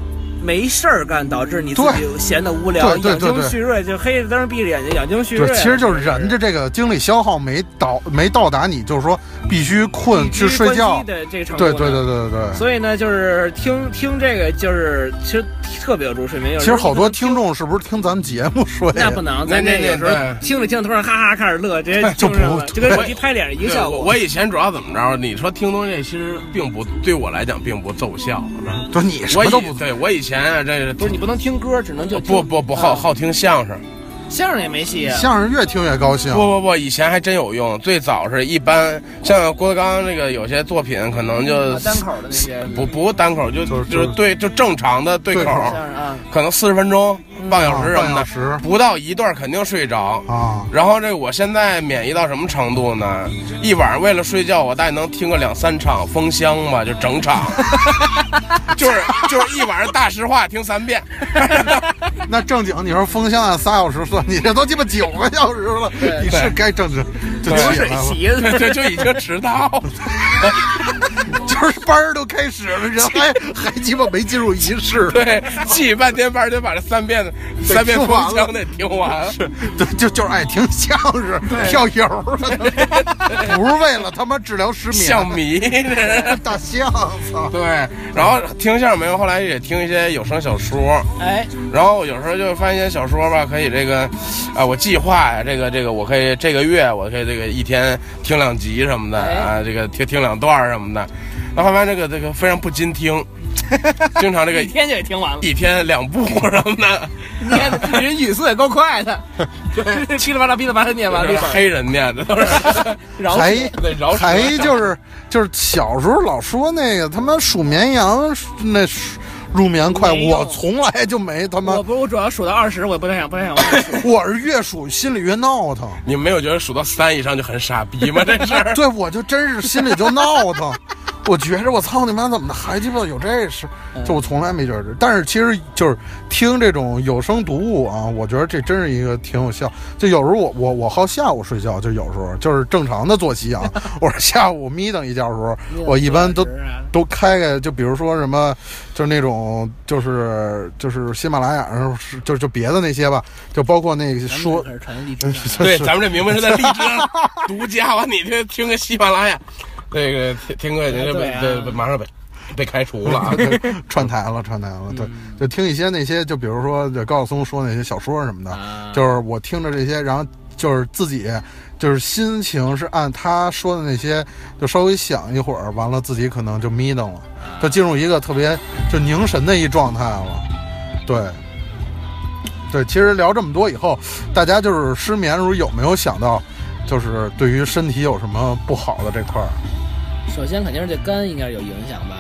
Speaker 4: 没事儿干，导致你自己闲得无聊，
Speaker 2: 对对
Speaker 4: 养
Speaker 2: 对
Speaker 4: 精
Speaker 2: 对
Speaker 4: 蓄锐，就黑着灯闭着眼睛养精蓄
Speaker 2: 就
Speaker 4: 锐。
Speaker 2: 是其实就是人的这个精力消耗没到没到达你，就是说必须困去睡觉。
Speaker 4: 的这个程度
Speaker 2: 对
Speaker 4: 呢。
Speaker 2: 对对对对对。
Speaker 4: 所以呢，就是听听这个，就是其实特别有助睡眠。有
Speaker 2: 其
Speaker 4: 时
Speaker 2: 实
Speaker 4: 候
Speaker 2: 好多
Speaker 4: 你可能
Speaker 2: 听众是不是听咱们节目睡
Speaker 4: 那
Speaker 2: 呀？
Speaker 4: 不能，咱这有时
Speaker 3: 那那
Speaker 4: 候
Speaker 3: 那
Speaker 4: 听着听着突然哈哈开始乐，直接
Speaker 2: 哎就
Speaker 4: 冲上
Speaker 2: 不
Speaker 4: 了，就跟手机拍脸是一个效
Speaker 3: 对
Speaker 4: 果。
Speaker 3: 我我以前主要怎么着？你说听东西其实并不对我来讲并不奏效，是吧
Speaker 2: 就你什
Speaker 3: 我
Speaker 2: 么
Speaker 3: 以
Speaker 2: 都不
Speaker 3: 对我以前啊，这
Speaker 4: 不是你不能听歌，只能就
Speaker 3: 不
Speaker 4: 听
Speaker 3: 不不好
Speaker 4: 啊
Speaker 3: 好听相声，
Speaker 4: 相声也没戏啊。
Speaker 2: 相声越听越高兴
Speaker 3: 不。不不，以前还真有用。最早是一般像郭德纲那个有些作品，可能就
Speaker 4: 啊单口的那些
Speaker 3: 不不单口，就
Speaker 2: 就是
Speaker 3: 就是对就正常的对
Speaker 2: 对
Speaker 3: 口，
Speaker 2: 口
Speaker 4: 相声啊，
Speaker 3: 可能四十分钟、半小时
Speaker 2: 啊
Speaker 3: 什
Speaker 2: 半
Speaker 3: 么
Speaker 2: 小
Speaker 3: 的，
Speaker 2: 时
Speaker 3: 不到一段肯定睡着。
Speaker 2: 啊，
Speaker 3: 然后这我现在免疫到什么程度呢？一晚上为了睡觉，我大概能听个两三场封箱吧，就整场， 就是就是一晚上大实话听三遍。
Speaker 2: 那正经你说封箱啊，仨小时算，你这都鸡巴九个小时了，你是该正经就
Speaker 4: 流
Speaker 2: 起
Speaker 4: 水
Speaker 2: 来了，
Speaker 4: 席子。
Speaker 3: 对，就已经迟到了。
Speaker 2: 就是班儿都开始了，人 还还鸡巴没进入仪式，
Speaker 3: 对，记半天班就把这三遍三遍
Speaker 2: 听
Speaker 3: 封
Speaker 2: 完了
Speaker 3: 箱得听完。
Speaker 2: 对，就就是爱听相声、跳油儿了，不是为了他妈治疗失
Speaker 3: 像
Speaker 2: 眠，
Speaker 3: 迷，
Speaker 2: 大象，操！
Speaker 3: 对，然后听相声没有，后来也听一些有声小说，
Speaker 4: 哎，
Speaker 3: 然后有时候就翻一些小说吧，可以这个，啊、我计划呀，这个这个，我可以这个月我可以这个一天听两集什么的
Speaker 2: 哎
Speaker 3: 啊，这个听听两段儿什么的，然后发现这个这个非常不 经听，经常这个
Speaker 4: 一天就给听完了，
Speaker 3: 一天两部什么的，
Speaker 4: 你看人语速也够快的， 噼里啪啦噼里啪啦念完了一本儿，
Speaker 3: 黑人念的都是，
Speaker 4: 饶啊
Speaker 2: 还
Speaker 4: 舌
Speaker 3: 对哎饶舌
Speaker 2: 还就是就是小时候老说那个他妈数绵羊那数入眠快，
Speaker 4: 没有
Speaker 2: 我从来就没他妈
Speaker 4: 我，不，我主要数到二十，我也不太想，不太想往下数。
Speaker 2: 我是越数心里越闹腾。
Speaker 3: 你们没有觉得数到三以上就很傻逼 吗？这事 儿。
Speaker 2: 对，我就真是心里就闹腾，我觉着我操你妈怎么的还鸡巴有这事？
Speaker 3: 嗯
Speaker 2: 就我从来没觉着，但是其实就是听这种有声读物啊，我觉得这真是一个挺有效。就有时候我我我好下午睡觉，就有时候就是正常的作息啊， 我是下午眯瞪一觉的时候，我一般都
Speaker 4: 是啊
Speaker 2: 都开开，就比如说什么，就是那种就是就是喜马拉雅上是就就别的那些吧，就包括那个
Speaker 4: 咱们
Speaker 2: 说
Speaker 4: 开始传励志了
Speaker 3: 对，咱们这明明是在荔枝上独家，完你这听个喜马拉雅，那个听听个人家被
Speaker 4: 对啊
Speaker 3: 哎对马上被被开除 了啊。
Speaker 2: 串台了，串台了，对，就听一些那些，就比如说就高晓松说那些小说什么的，
Speaker 4: 啊
Speaker 2: 就是我听着这些，然后就是自己就是心情是按他说的那些，就稍微想一会儿，完了自己可能就眯瞪了，就进入一个特别就凝神的一状态了，对。对，其实聊这么多以后，大家就是失眠的时候有没有想到，就是对于身体有什么不好的这块儿？
Speaker 4: 首先肯定是对肝应该有影响吧？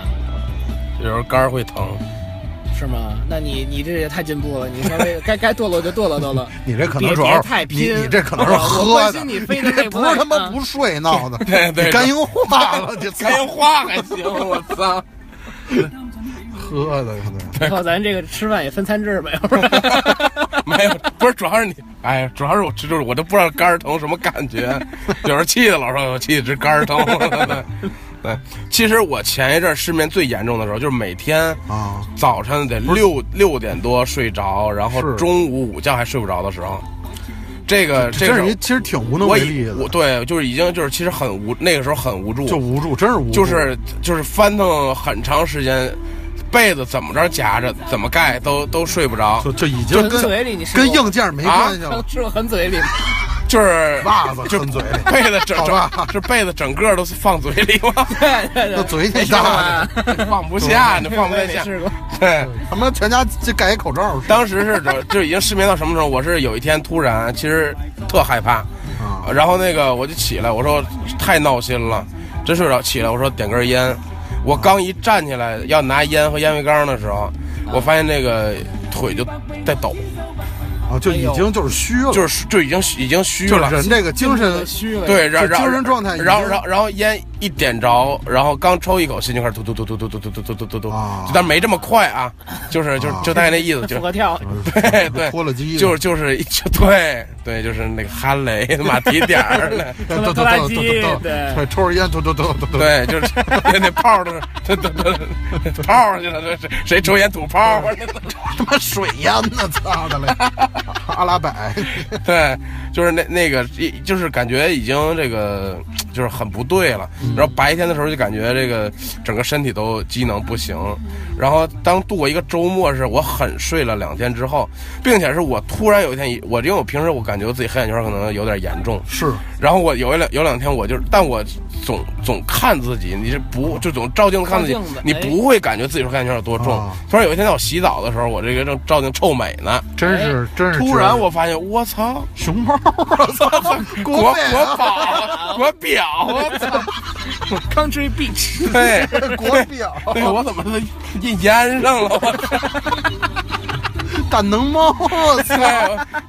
Speaker 3: 有时候肝儿会疼，
Speaker 4: 是吗？那你你这也太进步了，你稍 微该该堕落就堕落堕落。
Speaker 2: 你这可能
Speaker 4: 别
Speaker 2: 主
Speaker 4: 别
Speaker 2: 要是
Speaker 4: 太
Speaker 2: 你
Speaker 4: 拼
Speaker 2: 你这可能是
Speaker 4: 我我
Speaker 2: 喝
Speaker 4: 关
Speaker 2: 的，
Speaker 4: 心你非得嗯
Speaker 2: 这
Speaker 4: 这
Speaker 2: 不是他妈不睡闹的，
Speaker 3: 对对
Speaker 2: 你肝硬化了， 这操
Speaker 3: 开花还行，我操！
Speaker 2: 喝的可能。
Speaker 4: 以后咱这个吃饭也分餐制吧，要不然
Speaker 3: 没有，不是，主要是你，哎呀，主要是我，就是我都不知道肝儿疼什么感觉， 有时候气的老说我气直肝儿疼。 对，其实我前一阵儿失眠最严重的时候，就是每天
Speaker 2: 啊，
Speaker 3: 早晨得六六点多睡着，然后
Speaker 2: 是
Speaker 3: 中午午觉还睡不着的时候，这个这
Speaker 2: 这
Speaker 3: 个时
Speaker 2: 是
Speaker 3: 候
Speaker 2: 你其实挺无能
Speaker 3: 我
Speaker 2: 为
Speaker 3: 已
Speaker 2: 力的，
Speaker 3: 我对，就是已经就是其实很无，那个时候很无助，
Speaker 2: 就无助，真是无助，
Speaker 3: 就是就是翻腾很长时间，被子怎么着夹着，怎么盖都都睡不着，
Speaker 2: 就就已经
Speaker 4: 啃
Speaker 2: 跟啊
Speaker 4: 嘴里你是
Speaker 2: 跟
Speaker 4: 我
Speaker 2: 硬件没关系
Speaker 4: 刚
Speaker 2: 了，
Speaker 4: 吃我很嘴里，
Speaker 3: 就是
Speaker 2: 袜子
Speaker 3: 就
Speaker 2: 啃嘴里
Speaker 3: 被子整
Speaker 2: 好吧
Speaker 3: 整是被子整个都是放嘴里 吗？
Speaker 4: 对对
Speaker 2: 那
Speaker 4: 对，
Speaker 2: 嘴挺大的，
Speaker 3: 放不下，你放不
Speaker 4: 我
Speaker 3: 太
Speaker 4: 也没
Speaker 3: 下。
Speaker 4: 试过。
Speaker 3: 对，
Speaker 2: 他妈全家就盖一口罩睡，
Speaker 3: 当时是就就已经失眠到什么时候？我是有一天突然其实特害怕，
Speaker 2: 啊
Speaker 3: 然后那个我就起来，我说太闹心了，真睡不着。起来我说点根烟，我刚一站起来要拿烟和烟灰缸的时候，我发现那个腿就在抖，
Speaker 2: 啊，
Speaker 4: 哎
Speaker 2: 就已经就是虚了，
Speaker 3: 就是是就已经已经虚
Speaker 2: 就是
Speaker 3: 了。
Speaker 2: 人这个精神
Speaker 4: 虚了，
Speaker 3: 对，然
Speaker 2: 就
Speaker 3: 然
Speaker 2: 精神状态已经
Speaker 3: 然后然后然后烟一点着，然后刚抽一口，心就开始嘟嘟嘟嘟嘟嘟嘟嘟嘟嘟嘟嘟
Speaker 2: 啊，
Speaker 3: 但没这么快啊，就是就
Speaker 2: 啊
Speaker 3: 就大概那意 思，就
Speaker 4: 复合跳，
Speaker 2: 嗯
Speaker 3: 对对，
Speaker 2: 脱了机，
Speaker 3: 就是就是就对对，就是那个哈雷马蹄点儿，
Speaker 2: 都都都都都，对，抽着烟，都都都都都，
Speaker 3: 对，就是那那泡儿都是 都都都泡上去了，这是谁抽烟吐泡儿？
Speaker 2: 他妈水烟呢，操的嘞！阿拉伯，
Speaker 3: 对，就是那那个，一就是感觉已经这个就是很不对了。
Speaker 4: 嗯
Speaker 3: 然后白天的时候就感觉这个整个身体都机能不行。然后当度过一个周末是我狠睡了两天之后，并且是我突然有一天，我因为我平时我感觉自己黑眼圈可能有点严重，
Speaker 2: 是
Speaker 3: 然后我有一两有两天我就，但我总总看自己，你是不就总照镜子看自己
Speaker 4: 照镜子，
Speaker 3: 你
Speaker 4: 哎
Speaker 3: 不会感觉自己说黑眼圈有多重
Speaker 2: 啊。
Speaker 3: 突然有一天在我洗澡的时候，我这个正照镜臭美呢，
Speaker 2: 真是
Speaker 4: 哎
Speaker 2: 真是。
Speaker 3: 突然我发现我操！
Speaker 2: 熊猫，我操，
Speaker 3: 国
Speaker 2: 国啊
Speaker 3: 国
Speaker 2: 粹
Speaker 3: 宝、国表， 我操！
Speaker 4: Country Beach，
Speaker 3: 对，
Speaker 2: 国表，
Speaker 3: 对我怎么都印烟上了？我操！
Speaker 2: 胆能猫，我 操，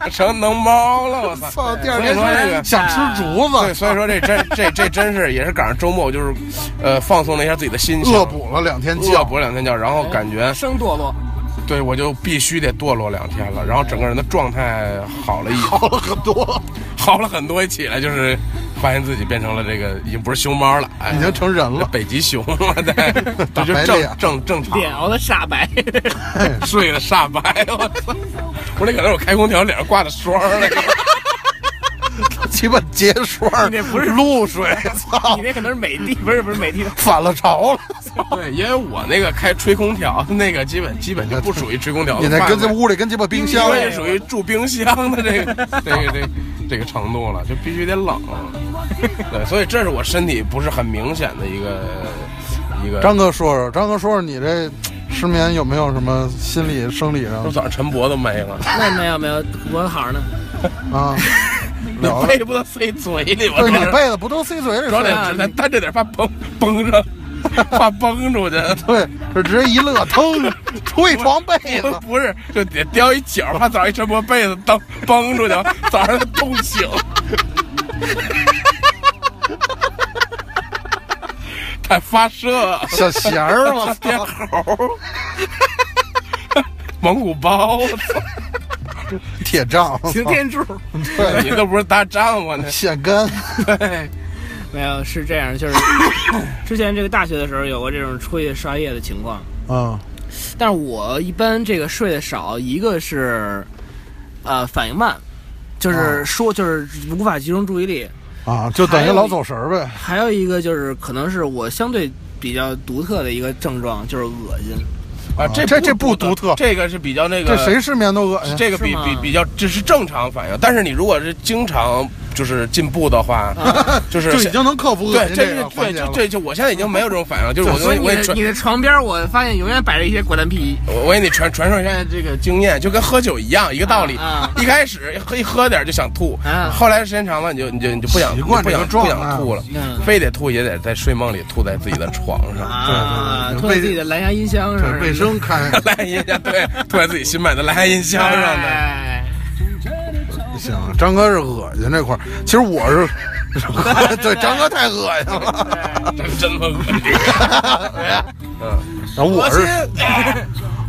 Speaker 3: 我成能猫了，我操！
Speaker 2: 操，第二
Speaker 3: 所以
Speaker 2: 天
Speaker 3: 说这个。
Speaker 2: 想吃竹
Speaker 3: 对，
Speaker 2: 子，
Speaker 3: 所以说这真这这真是也是赶上周末，我就是，呃，放松了一下自己的心 情，
Speaker 2: 恶补了两天觉，哎
Speaker 3: 恶补两天觉，然后感觉
Speaker 4: 生堕落，
Speaker 3: 对我就必须得堕落两天了，然后整个人的状态好了一
Speaker 2: 好了很多，
Speaker 3: 好了很多，一起来就是发现自己变成了这个已经不是熊猫了，哎
Speaker 2: 已经成人了。
Speaker 3: 北极熊了， 对，这
Speaker 2: 大
Speaker 3: 就
Speaker 2: 白
Speaker 3: 正
Speaker 2: 脸
Speaker 3: 正正常，
Speaker 4: 脸熬的煞白，
Speaker 3: 睡得煞白，我操！我这可能是我开空调脸上挂的霜 儿了，
Speaker 2: 鸡巴结霜儿，
Speaker 4: 你那不是
Speaker 2: 露水，操
Speaker 4: 你，那可能是美的，不是不是美的，
Speaker 2: 反了潮了。
Speaker 3: 对，因为我那个开吹空调那个基本基本就不属于吹空调
Speaker 2: 你
Speaker 3: 的
Speaker 2: 那
Speaker 3: 范
Speaker 2: 跟这
Speaker 3: 围，
Speaker 2: 屋里跟鸡巴冰箱
Speaker 3: 因
Speaker 2: 似
Speaker 3: 为
Speaker 2: 的，
Speaker 3: 属于住哦冰箱 的这个这个这个这个程度了，就必须得冷。对，所以这是我身体不是很明显的一个一个。
Speaker 2: 张哥说说，张哥说说你这失眠有没有什么心理、生理啊上
Speaker 3: 我早上陈博都没了，
Speaker 4: 那没有没有，我好着呢。
Speaker 2: 啊？聊聊
Speaker 3: 背不都塞嘴里吗？
Speaker 2: 对你
Speaker 3: 这
Speaker 2: 背的不都塞嘴里
Speaker 3: 主要
Speaker 2: 塞？
Speaker 3: 得只能单着点，怕崩崩上，怕崩出去。
Speaker 2: 对，就直接一乐，腾出一床被
Speaker 3: 不
Speaker 2: 子，
Speaker 3: 不是，就得叼一角，怕早上一晨勃被子蹬崩出去， 早上冻醒。 太发射，
Speaker 2: 小弦儿嘛，
Speaker 3: 天猴，蒙古包，我操
Speaker 2: 铁杖，
Speaker 4: 擎天柱
Speaker 2: 对，
Speaker 3: 你都不是搭帐 篷呢。
Speaker 2: 线杆，
Speaker 4: 没有是这样，就是 之前这个大学的时候有过这种出去刷夜的情况，
Speaker 2: 嗯，
Speaker 4: 但是我一般这个睡得少，一个是呃反应慢，就是说就是无法集中注意力，
Speaker 2: 啊，就等于老走神儿呗。
Speaker 4: 还有一个就是可能是我相对比较独特的一个症状就是恶 心，
Speaker 3: 啊，这
Speaker 2: 这这不独特
Speaker 3: 这个是比较那个
Speaker 2: 这谁失眠都恶心。
Speaker 3: 这个比
Speaker 4: 是吗
Speaker 3: 比比较这是正常反应，但是你如果是经常就是进步的话，
Speaker 4: 啊
Speaker 3: 就是
Speaker 2: 就已经能克服恶
Speaker 3: 对，
Speaker 2: 心
Speaker 3: 这
Speaker 2: 啊个
Speaker 3: 是对
Speaker 2: 环节
Speaker 3: 就
Speaker 2: 了。
Speaker 3: 这就我现在已经没有这种反应了，就是我
Speaker 4: 所以
Speaker 3: 跟
Speaker 4: 你
Speaker 3: 我也
Speaker 4: 的
Speaker 3: 传
Speaker 4: 你的床边我发现永远摆着一些果断皮，
Speaker 3: 我给你传传授一下这个经验，就跟喝酒一样一个道理
Speaker 4: 啊啊。
Speaker 3: 一开始喝一喝点就想吐
Speaker 4: 啊，
Speaker 3: 后来时间长了你就你就你就不想
Speaker 2: 习惯
Speaker 3: 不
Speaker 2: 这个
Speaker 3: 想不
Speaker 2: 状态
Speaker 3: 想吐了
Speaker 4: 嗯，
Speaker 3: 非得吐也得在睡梦里吐在自己的床上。
Speaker 4: 啊，
Speaker 2: 对对对
Speaker 4: 拖着自己的蓝牙音箱上
Speaker 2: 对，卫生开
Speaker 3: 蓝牙音箱对，吐在自己新买的蓝牙音箱上的，
Speaker 4: 哎
Speaker 2: 行，张哥是恶心这块儿，其实我是， 对，张哥太
Speaker 3: 哎
Speaker 2: 恶心了。
Speaker 3: 真真的恶心。嗯，
Speaker 2: 然后我是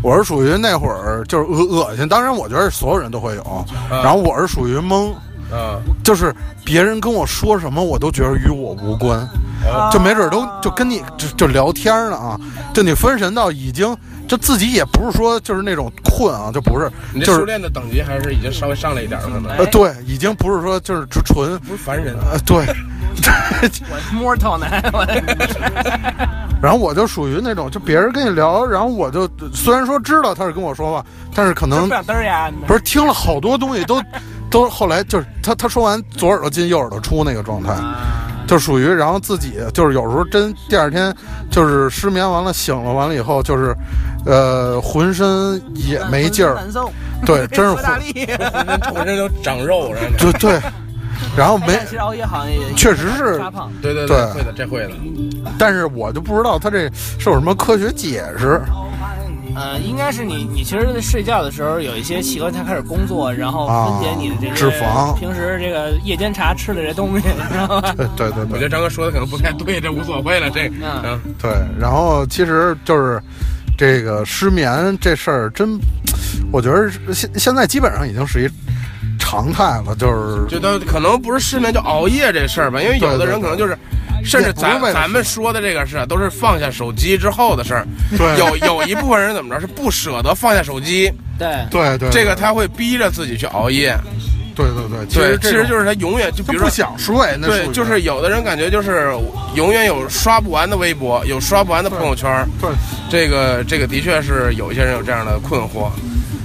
Speaker 2: 我是属于那会儿就是恶恶心，当然我觉得所有人都会有。然后我是属于懵，
Speaker 3: 嗯，
Speaker 2: 就是别人跟我说什么，我都觉得与我无关，
Speaker 3: 哦
Speaker 2: 就没准都就跟你就就聊天呢啊，就你分神到已经。就自己也不是说就是那种困啊，就不是
Speaker 3: 你，这
Speaker 2: 就
Speaker 3: 修
Speaker 2: 是
Speaker 3: 炼的等级还是已经稍微上来一点了，可能
Speaker 2: 呃，对，已经不是说就是纯纯
Speaker 3: 不是凡人。
Speaker 2: 呃，对，
Speaker 4: ，mortal 男，我
Speaker 2: 然后我就属于那种，就别人跟你聊，然后我就虽然说知道他是跟我说话，但是可能
Speaker 4: 不想嘚儿呀，
Speaker 2: 不是听了好多东西都， 都后来就是他他说完左耳朵进右耳朵出那个状态，就属于然后自己就是有时候真第二天就是失眠完了醒了完了以后就是，呃浑身也没劲 儿，
Speaker 4: 嗯难受，哎
Speaker 2: 对，真是
Speaker 4: 说大
Speaker 2: 浑
Speaker 4: 力。
Speaker 3: 浑身都长肉，然后
Speaker 2: 对对，然后没
Speaker 4: 哎其实熬夜好像也
Speaker 2: 确实是
Speaker 4: 发胖，
Speaker 3: 对对
Speaker 2: 对
Speaker 3: 会的，这会的。
Speaker 2: 但是我就不知道他这是有什么科学解释，
Speaker 4: 呃，应该是你你其实睡觉的时候有一些器官它开始工作，然后分解你的这
Speaker 2: 啊
Speaker 4: 个
Speaker 2: 脂肪
Speaker 4: 平时这个夜间茶吃的这东西，知道吗？
Speaker 2: 对对对
Speaker 3: 我
Speaker 2: 对
Speaker 3: 觉。得张哥说的可能不太对，这无所谓了，这
Speaker 4: 嗯
Speaker 3: 嗯，
Speaker 2: 对，然后其实就是这个失眠这事儿，真，我觉得是现现在基本上已经是一常态了，就是
Speaker 3: 就都可能不是失眠，就熬夜这事儿吧，因为有的人可能就是甚至
Speaker 2: 也不是
Speaker 3: 咱
Speaker 2: 为了
Speaker 3: 咱们说的这个事儿，都是放下手机之后的事儿。
Speaker 2: 对
Speaker 3: 有有一部分人怎么着是不舍得放下手机，
Speaker 4: 对
Speaker 2: 对对，
Speaker 3: 这个他会逼着自己去熬夜。
Speaker 2: 对对对，其
Speaker 3: 对
Speaker 2: 实，
Speaker 3: 其实就是他永远就
Speaker 2: 他
Speaker 3: 比如
Speaker 2: 不
Speaker 3: 说
Speaker 2: 想睡，那属
Speaker 3: 对，
Speaker 2: 于
Speaker 3: 就是有的人感觉就是永远有刷不完的微博，有刷不完的朋友圈儿。
Speaker 2: 对
Speaker 3: 这个这个的确是有一些人有这样的困惑，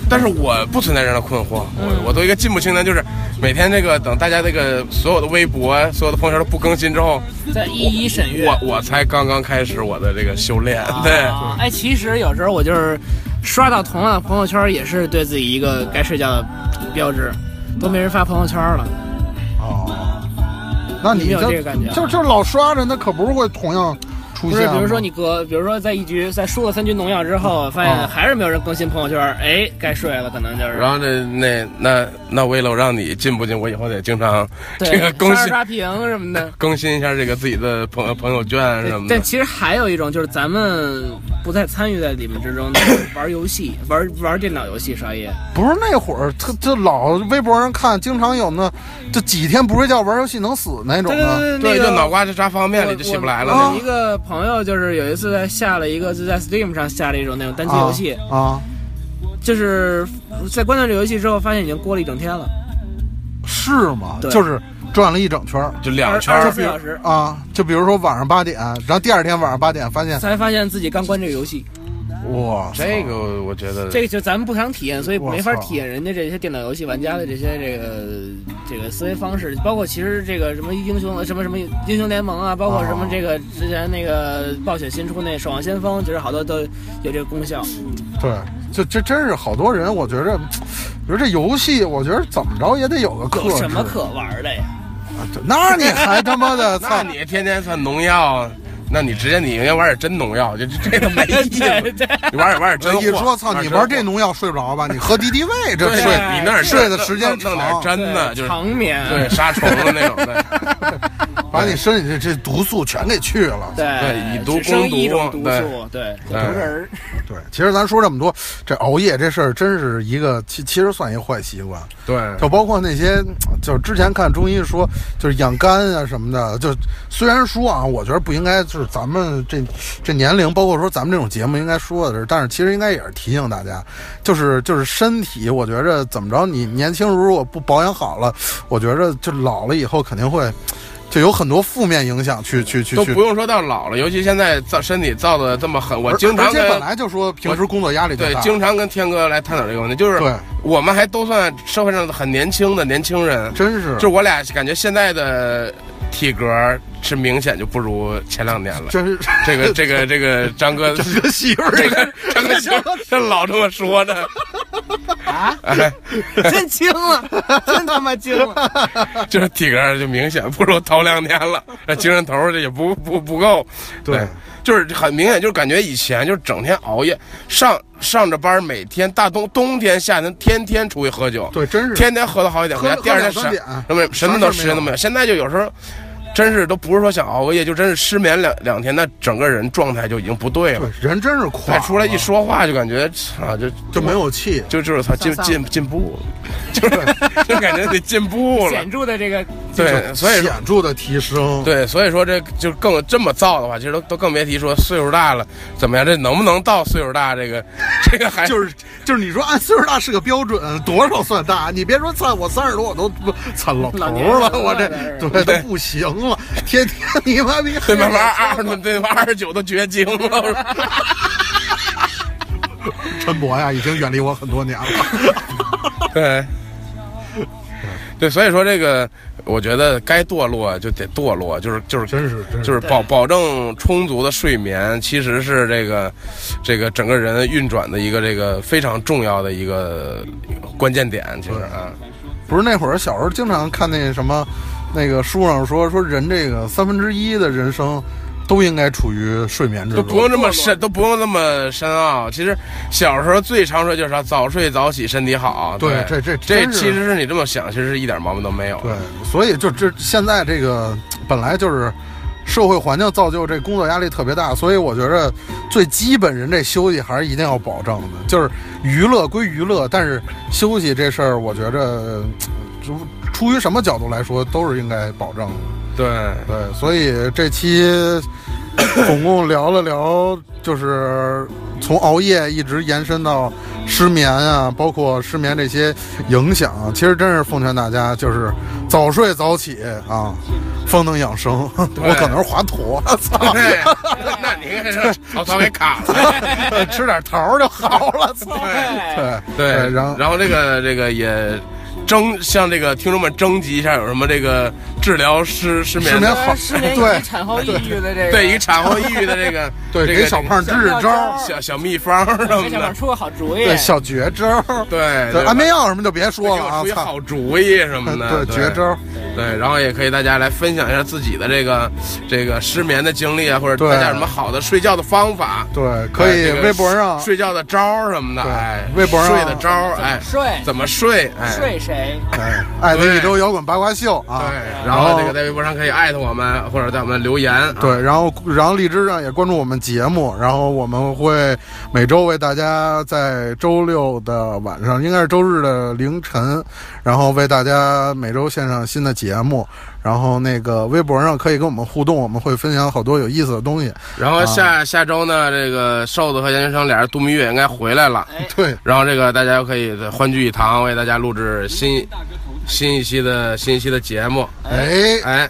Speaker 3: 但是我不存在这样的困惑。
Speaker 4: 嗯
Speaker 3: 我我作为一个进步青年，就是每天这个等大家这个所有的微博、所有的朋友圈都不更新之后，
Speaker 4: 在一一审阅。
Speaker 3: 我我才刚刚开始我的这个修炼。对，
Speaker 4: 啊哎，其实有时候我就是刷到同样的朋友圈，也是对自己一个该睡觉的标志。都没人发朋友圈了，
Speaker 2: 哦，那你
Speaker 4: 你有
Speaker 2: 就
Speaker 4: 这个感觉啊
Speaker 2: 就就老刷着，那可不是会同样出
Speaker 4: 不
Speaker 2: 现
Speaker 4: 是？
Speaker 2: 吗。
Speaker 4: 比如说你隔，比如说在一局在输了三局农药之
Speaker 3: 哦
Speaker 4: 后，发现还是没有人更新朋友圈，哎，该睡了，可能就是。
Speaker 3: 然后这那那那为了我让你进步进步，我以后得经常
Speaker 4: 对
Speaker 3: 这个更
Speaker 4: 刷
Speaker 3: 新
Speaker 4: 刷屏什么的。
Speaker 3: 更新一下这个自己的朋友朋友圈什么的。
Speaker 4: 但其实还有一种就是咱们不太参与在里面之 中，玩游戏、玩玩电脑游戏刷夜。
Speaker 2: 不是那会儿，他这老微博上看，经常有那这几天不睡觉玩游戏能死那种的。
Speaker 3: 对，
Speaker 4: 那
Speaker 3: 就
Speaker 4: 个
Speaker 3: 脑瓜子扎方便里就起不来了。那
Speaker 4: 我
Speaker 3: 种
Speaker 4: 有一个朋友就是有一次在下了一个就在 Steam 上下了一种那种单机游戏，
Speaker 3: 哦
Speaker 2: 啊，
Speaker 4: 就是在关掉这游戏之后，发现已经过了一整天了，
Speaker 2: 是吗？
Speaker 4: 对
Speaker 2: 就是转了一整圈儿
Speaker 3: 就两圈
Speaker 4: 二
Speaker 3: 儿
Speaker 4: 十，四小时。
Speaker 2: 啊，就比如说晚上八点，然后第二天晚上八点发现，
Speaker 4: 才发现自己刚关这个游戏，
Speaker 2: 哇，
Speaker 3: 这个我觉得
Speaker 4: 这个就咱们不常体验，所以
Speaker 2: 我
Speaker 4: 没法
Speaker 2: 操
Speaker 4: 体验人家这些电脑游戏玩家的这些这个这个思维方式，包括其实这个什么英雄呃什么什么英雄联盟啊，包括什么这个之前那个暴雪新出那《守望先锋》，就是好多都有这个功效。
Speaker 2: 对，就这真是好多人，我觉着，比如这游戏，我觉得怎么着也得有个克
Speaker 4: 有
Speaker 2: 制。
Speaker 4: 什么可玩的呀？
Speaker 2: 啊对那你还他妈的操
Speaker 3: 那！你天天算农药，那你直接你应该玩点真农药，就这这都没意思。 你玩点玩点真货。
Speaker 2: 呃一说操，你玩这农药睡不着吧？你喝敌敌畏这
Speaker 3: 对
Speaker 2: 睡，
Speaker 3: 你那儿
Speaker 2: 睡的时间
Speaker 3: 弄弄点
Speaker 2: 长，
Speaker 3: 真的就是
Speaker 4: 长眠。
Speaker 3: 对杀虫的那种的。
Speaker 2: 把你身体这这毒素全给去了。
Speaker 4: 对
Speaker 3: 对以毒
Speaker 4: 只剩
Speaker 3: 攻毒
Speaker 4: 一种毒
Speaker 3: 对
Speaker 4: 素，对，有
Speaker 3: 对
Speaker 4: 毒人儿。
Speaker 2: 对，其实咱说这么多，这熬夜这事儿真是一个，其其实算一个坏习惯。
Speaker 3: 对
Speaker 2: 就包括那些，就是之前看中医说，就是养肝啊什么的，就虽然说啊，我觉得不应该，就是咱们这这年龄，包括说咱们这种节目应该说的是，但是其实应该也是提醒大家，就是就是身体，我觉着怎么着，你年轻如果不保养好了，我觉着就老了以后肯定会。就有很多负面影响去，去去
Speaker 3: 都
Speaker 2: 去
Speaker 3: 不用说到老了，尤其现在造身体造的这么狠，我
Speaker 2: 而
Speaker 3: 经
Speaker 2: 而
Speaker 3: 常
Speaker 2: 且本
Speaker 3: 跟
Speaker 2: 来就说平时工作压力就
Speaker 3: 对
Speaker 2: 大，
Speaker 3: 经常跟天哥来探讨这个问题，就是
Speaker 2: 对
Speaker 3: 我们还都算社会上很年轻的年轻人，
Speaker 2: 真是
Speaker 3: 就我俩感觉现在的体格是明显就不如前两年了。
Speaker 2: 真是
Speaker 3: 这个这个这个张哥，
Speaker 2: 这个媳妇儿
Speaker 3: 这个张哥行，这老这么说呢。
Speaker 4: 啊，
Speaker 3: 哎，
Speaker 4: 真惊了，真他妈惊了！
Speaker 3: 就是体格就明显不如头两年了，那精神头儿这也不不不够。哎
Speaker 2: 对，
Speaker 3: 就是很明显，就是感觉以前就是整天熬夜，上上着班，每天大冬冬天夏天天天出去喝酒，
Speaker 2: 对，真是
Speaker 3: 天天喝的好一点，
Speaker 2: 喝
Speaker 3: 回家第二天
Speaker 2: 喝
Speaker 3: 什
Speaker 2: 两三
Speaker 3: 什么什么都
Speaker 2: 啥
Speaker 3: 时
Speaker 2: 事儿没有
Speaker 3: 间都没有。 现在就有时候，真是都不是说想熬个夜，就真是失眠两两天，那整个人状态就已经不对了
Speaker 2: 对。人真是
Speaker 3: 再
Speaker 2: 快
Speaker 3: 出来一说话就感觉啊，就
Speaker 2: 就没有气，
Speaker 3: 就就是他进
Speaker 4: 丧
Speaker 3: 进 进步了， 就是就感觉得进步了
Speaker 4: 显。著的这个
Speaker 3: 对，所以说
Speaker 2: 显著的提升。
Speaker 3: 对，所以说这就更这么造的话，其实都都更别提说岁数大了怎么样，这能不能到岁数大这个这个还
Speaker 2: 就是就是你说按岁数大是个标准，多少算大？你别说操，我三十多我都不操老头
Speaker 4: 老年人
Speaker 2: 了，
Speaker 4: 了
Speaker 2: 我这
Speaker 4: 这
Speaker 2: 对都不行了，天天你妈逼
Speaker 3: 对慢慢
Speaker 2: 啊
Speaker 3: 二十对慢慢二十九都绝经了。
Speaker 2: 陈博呀，已经远离我很多年了。
Speaker 3: 对，对，所以说这个，我觉得该堕落就得堕落，就是就是
Speaker 2: 真是真是
Speaker 3: 就是保保证充足的睡眠，其实是这个这个整个人运转的一个这个非常重要的一个关键点，其实
Speaker 2: 嗯
Speaker 3: 啊，
Speaker 2: 不是那会儿小时候经常看那什么，那个书上说说人这个三分之一的人生都应该处于睡眠之
Speaker 3: 都
Speaker 2: 中，
Speaker 3: 不用这么深，都不用那么深奥。其实小时候最常说就是啥，早睡早起身体好。
Speaker 2: 对
Speaker 3: 这
Speaker 2: 这这
Speaker 3: 这
Speaker 2: 真是
Speaker 3: 其实是你这么想，其实一点毛病都没有。
Speaker 2: 对，所以就这现在这个本来就是社会环境造就这工作压力特别大，所以我觉着最基本人这休息还是一定要保证的，就是娱乐归娱乐，但是休息这事儿，我觉着呃出出于什么角度来说都是应该保证的。
Speaker 3: 对对，
Speaker 2: 对，所以这期 总共聊了聊，就是从熬夜一直延伸到失眠啊，包括失眠这些影响啊。其实真是奉劝大家，就是早睡早起啊，方能养生。 我可能是滑土，我 操，
Speaker 3: 对， 那你 看这曹操给卡了，
Speaker 2: 吃点桃儿就好了。操，
Speaker 4: 对，
Speaker 2: 对
Speaker 3: 对，
Speaker 2: 呃然后
Speaker 3: 然后这个这个也征向这个听众们征集一下，有什么这个治疗失失眠
Speaker 2: 失
Speaker 3: 的
Speaker 2: 眠
Speaker 4: 呃
Speaker 2: 好
Speaker 5: 失眠以
Speaker 2: 对
Speaker 5: 及产后抑郁的这个，
Speaker 3: 对一个产后抑郁的这个
Speaker 2: 对，
Speaker 3: 这
Speaker 2: 给
Speaker 3: 个
Speaker 2: 小胖支
Speaker 5: 这
Speaker 2: 支
Speaker 5: 个
Speaker 2: 招
Speaker 5: 小
Speaker 2: 儿，
Speaker 3: 小小秘方什么
Speaker 4: 哎
Speaker 5: 给小
Speaker 3: 的
Speaker 5: 胖，出个好主意，
Speaker 2: 对小绝招儿，
Speaker 3: 对
Speaker 2: 对
Speaker 3: 吧
Speaker 2: 安眠药什么就别
Speaker 3: 给
Speaker 2: 说了
Speaker 3: 我
Speaker 2: 啊，
Speaker 3: 出一
Speaker 2: 操，
Speaker 3: 好主意什么 的，
Speaker 2: 对绝招儿。
Speaker 3: 对，然后也可以大家来分享一下自己的这个这个失眠的经历啊，或者
Speaker 2: 对
Speaker 3: 大家有什么好的睡觉的方法，
Speaker 2: 对，可
Speaker 3: 哎
Speaker 2: 以
Speaker 3: 这个
Speaker 2: 微博上
Speaker 3: 睡觉的招儿什么的，
Speaker 2: 对
Speaker 3: 哎，
Speaker 2: 微博上
Speaker 3: 睡的招儿，哎，
Speaker 5: 睡
Speaker 3: 怎么睡，哎，
Speaker 5: 睡谁？
Speaker 2: 哎，爱的一周摇滚八卦秀啊。
Speaker 3: 对，
Speaker 2: 然
Speaker 3: 然
Speaker 2: 后
Speaker 3: 后这个在微博上可以艾特我们，或者在我们留言啊，
Speaker 2: 对，然后然后荔枝上也关注我们节目，然后我们会每周为大家在周六的晚上，应该是周日的凌晨，然后为大家每周献上新的节目。然后那个微博上可以跟我们互动，我们会分享好多有意思的东西。
Speaker 3: 然后下下周呢，这个瘦子和研究生俩人度蜜月应该回来了，
Speaker 5: 哎，
Speaker 2: 对，
Speaker 3: 然后这个大家可以欢聚一堂，为大家录制新新一期的新一期的节目，
Speaker 2: 哎，
Speaker 3: 哎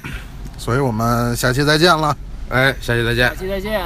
Speaker 2: 所以我们下期再见了。
Speaker 3: 哎，下期再见
Speaker 5: 下。期再见。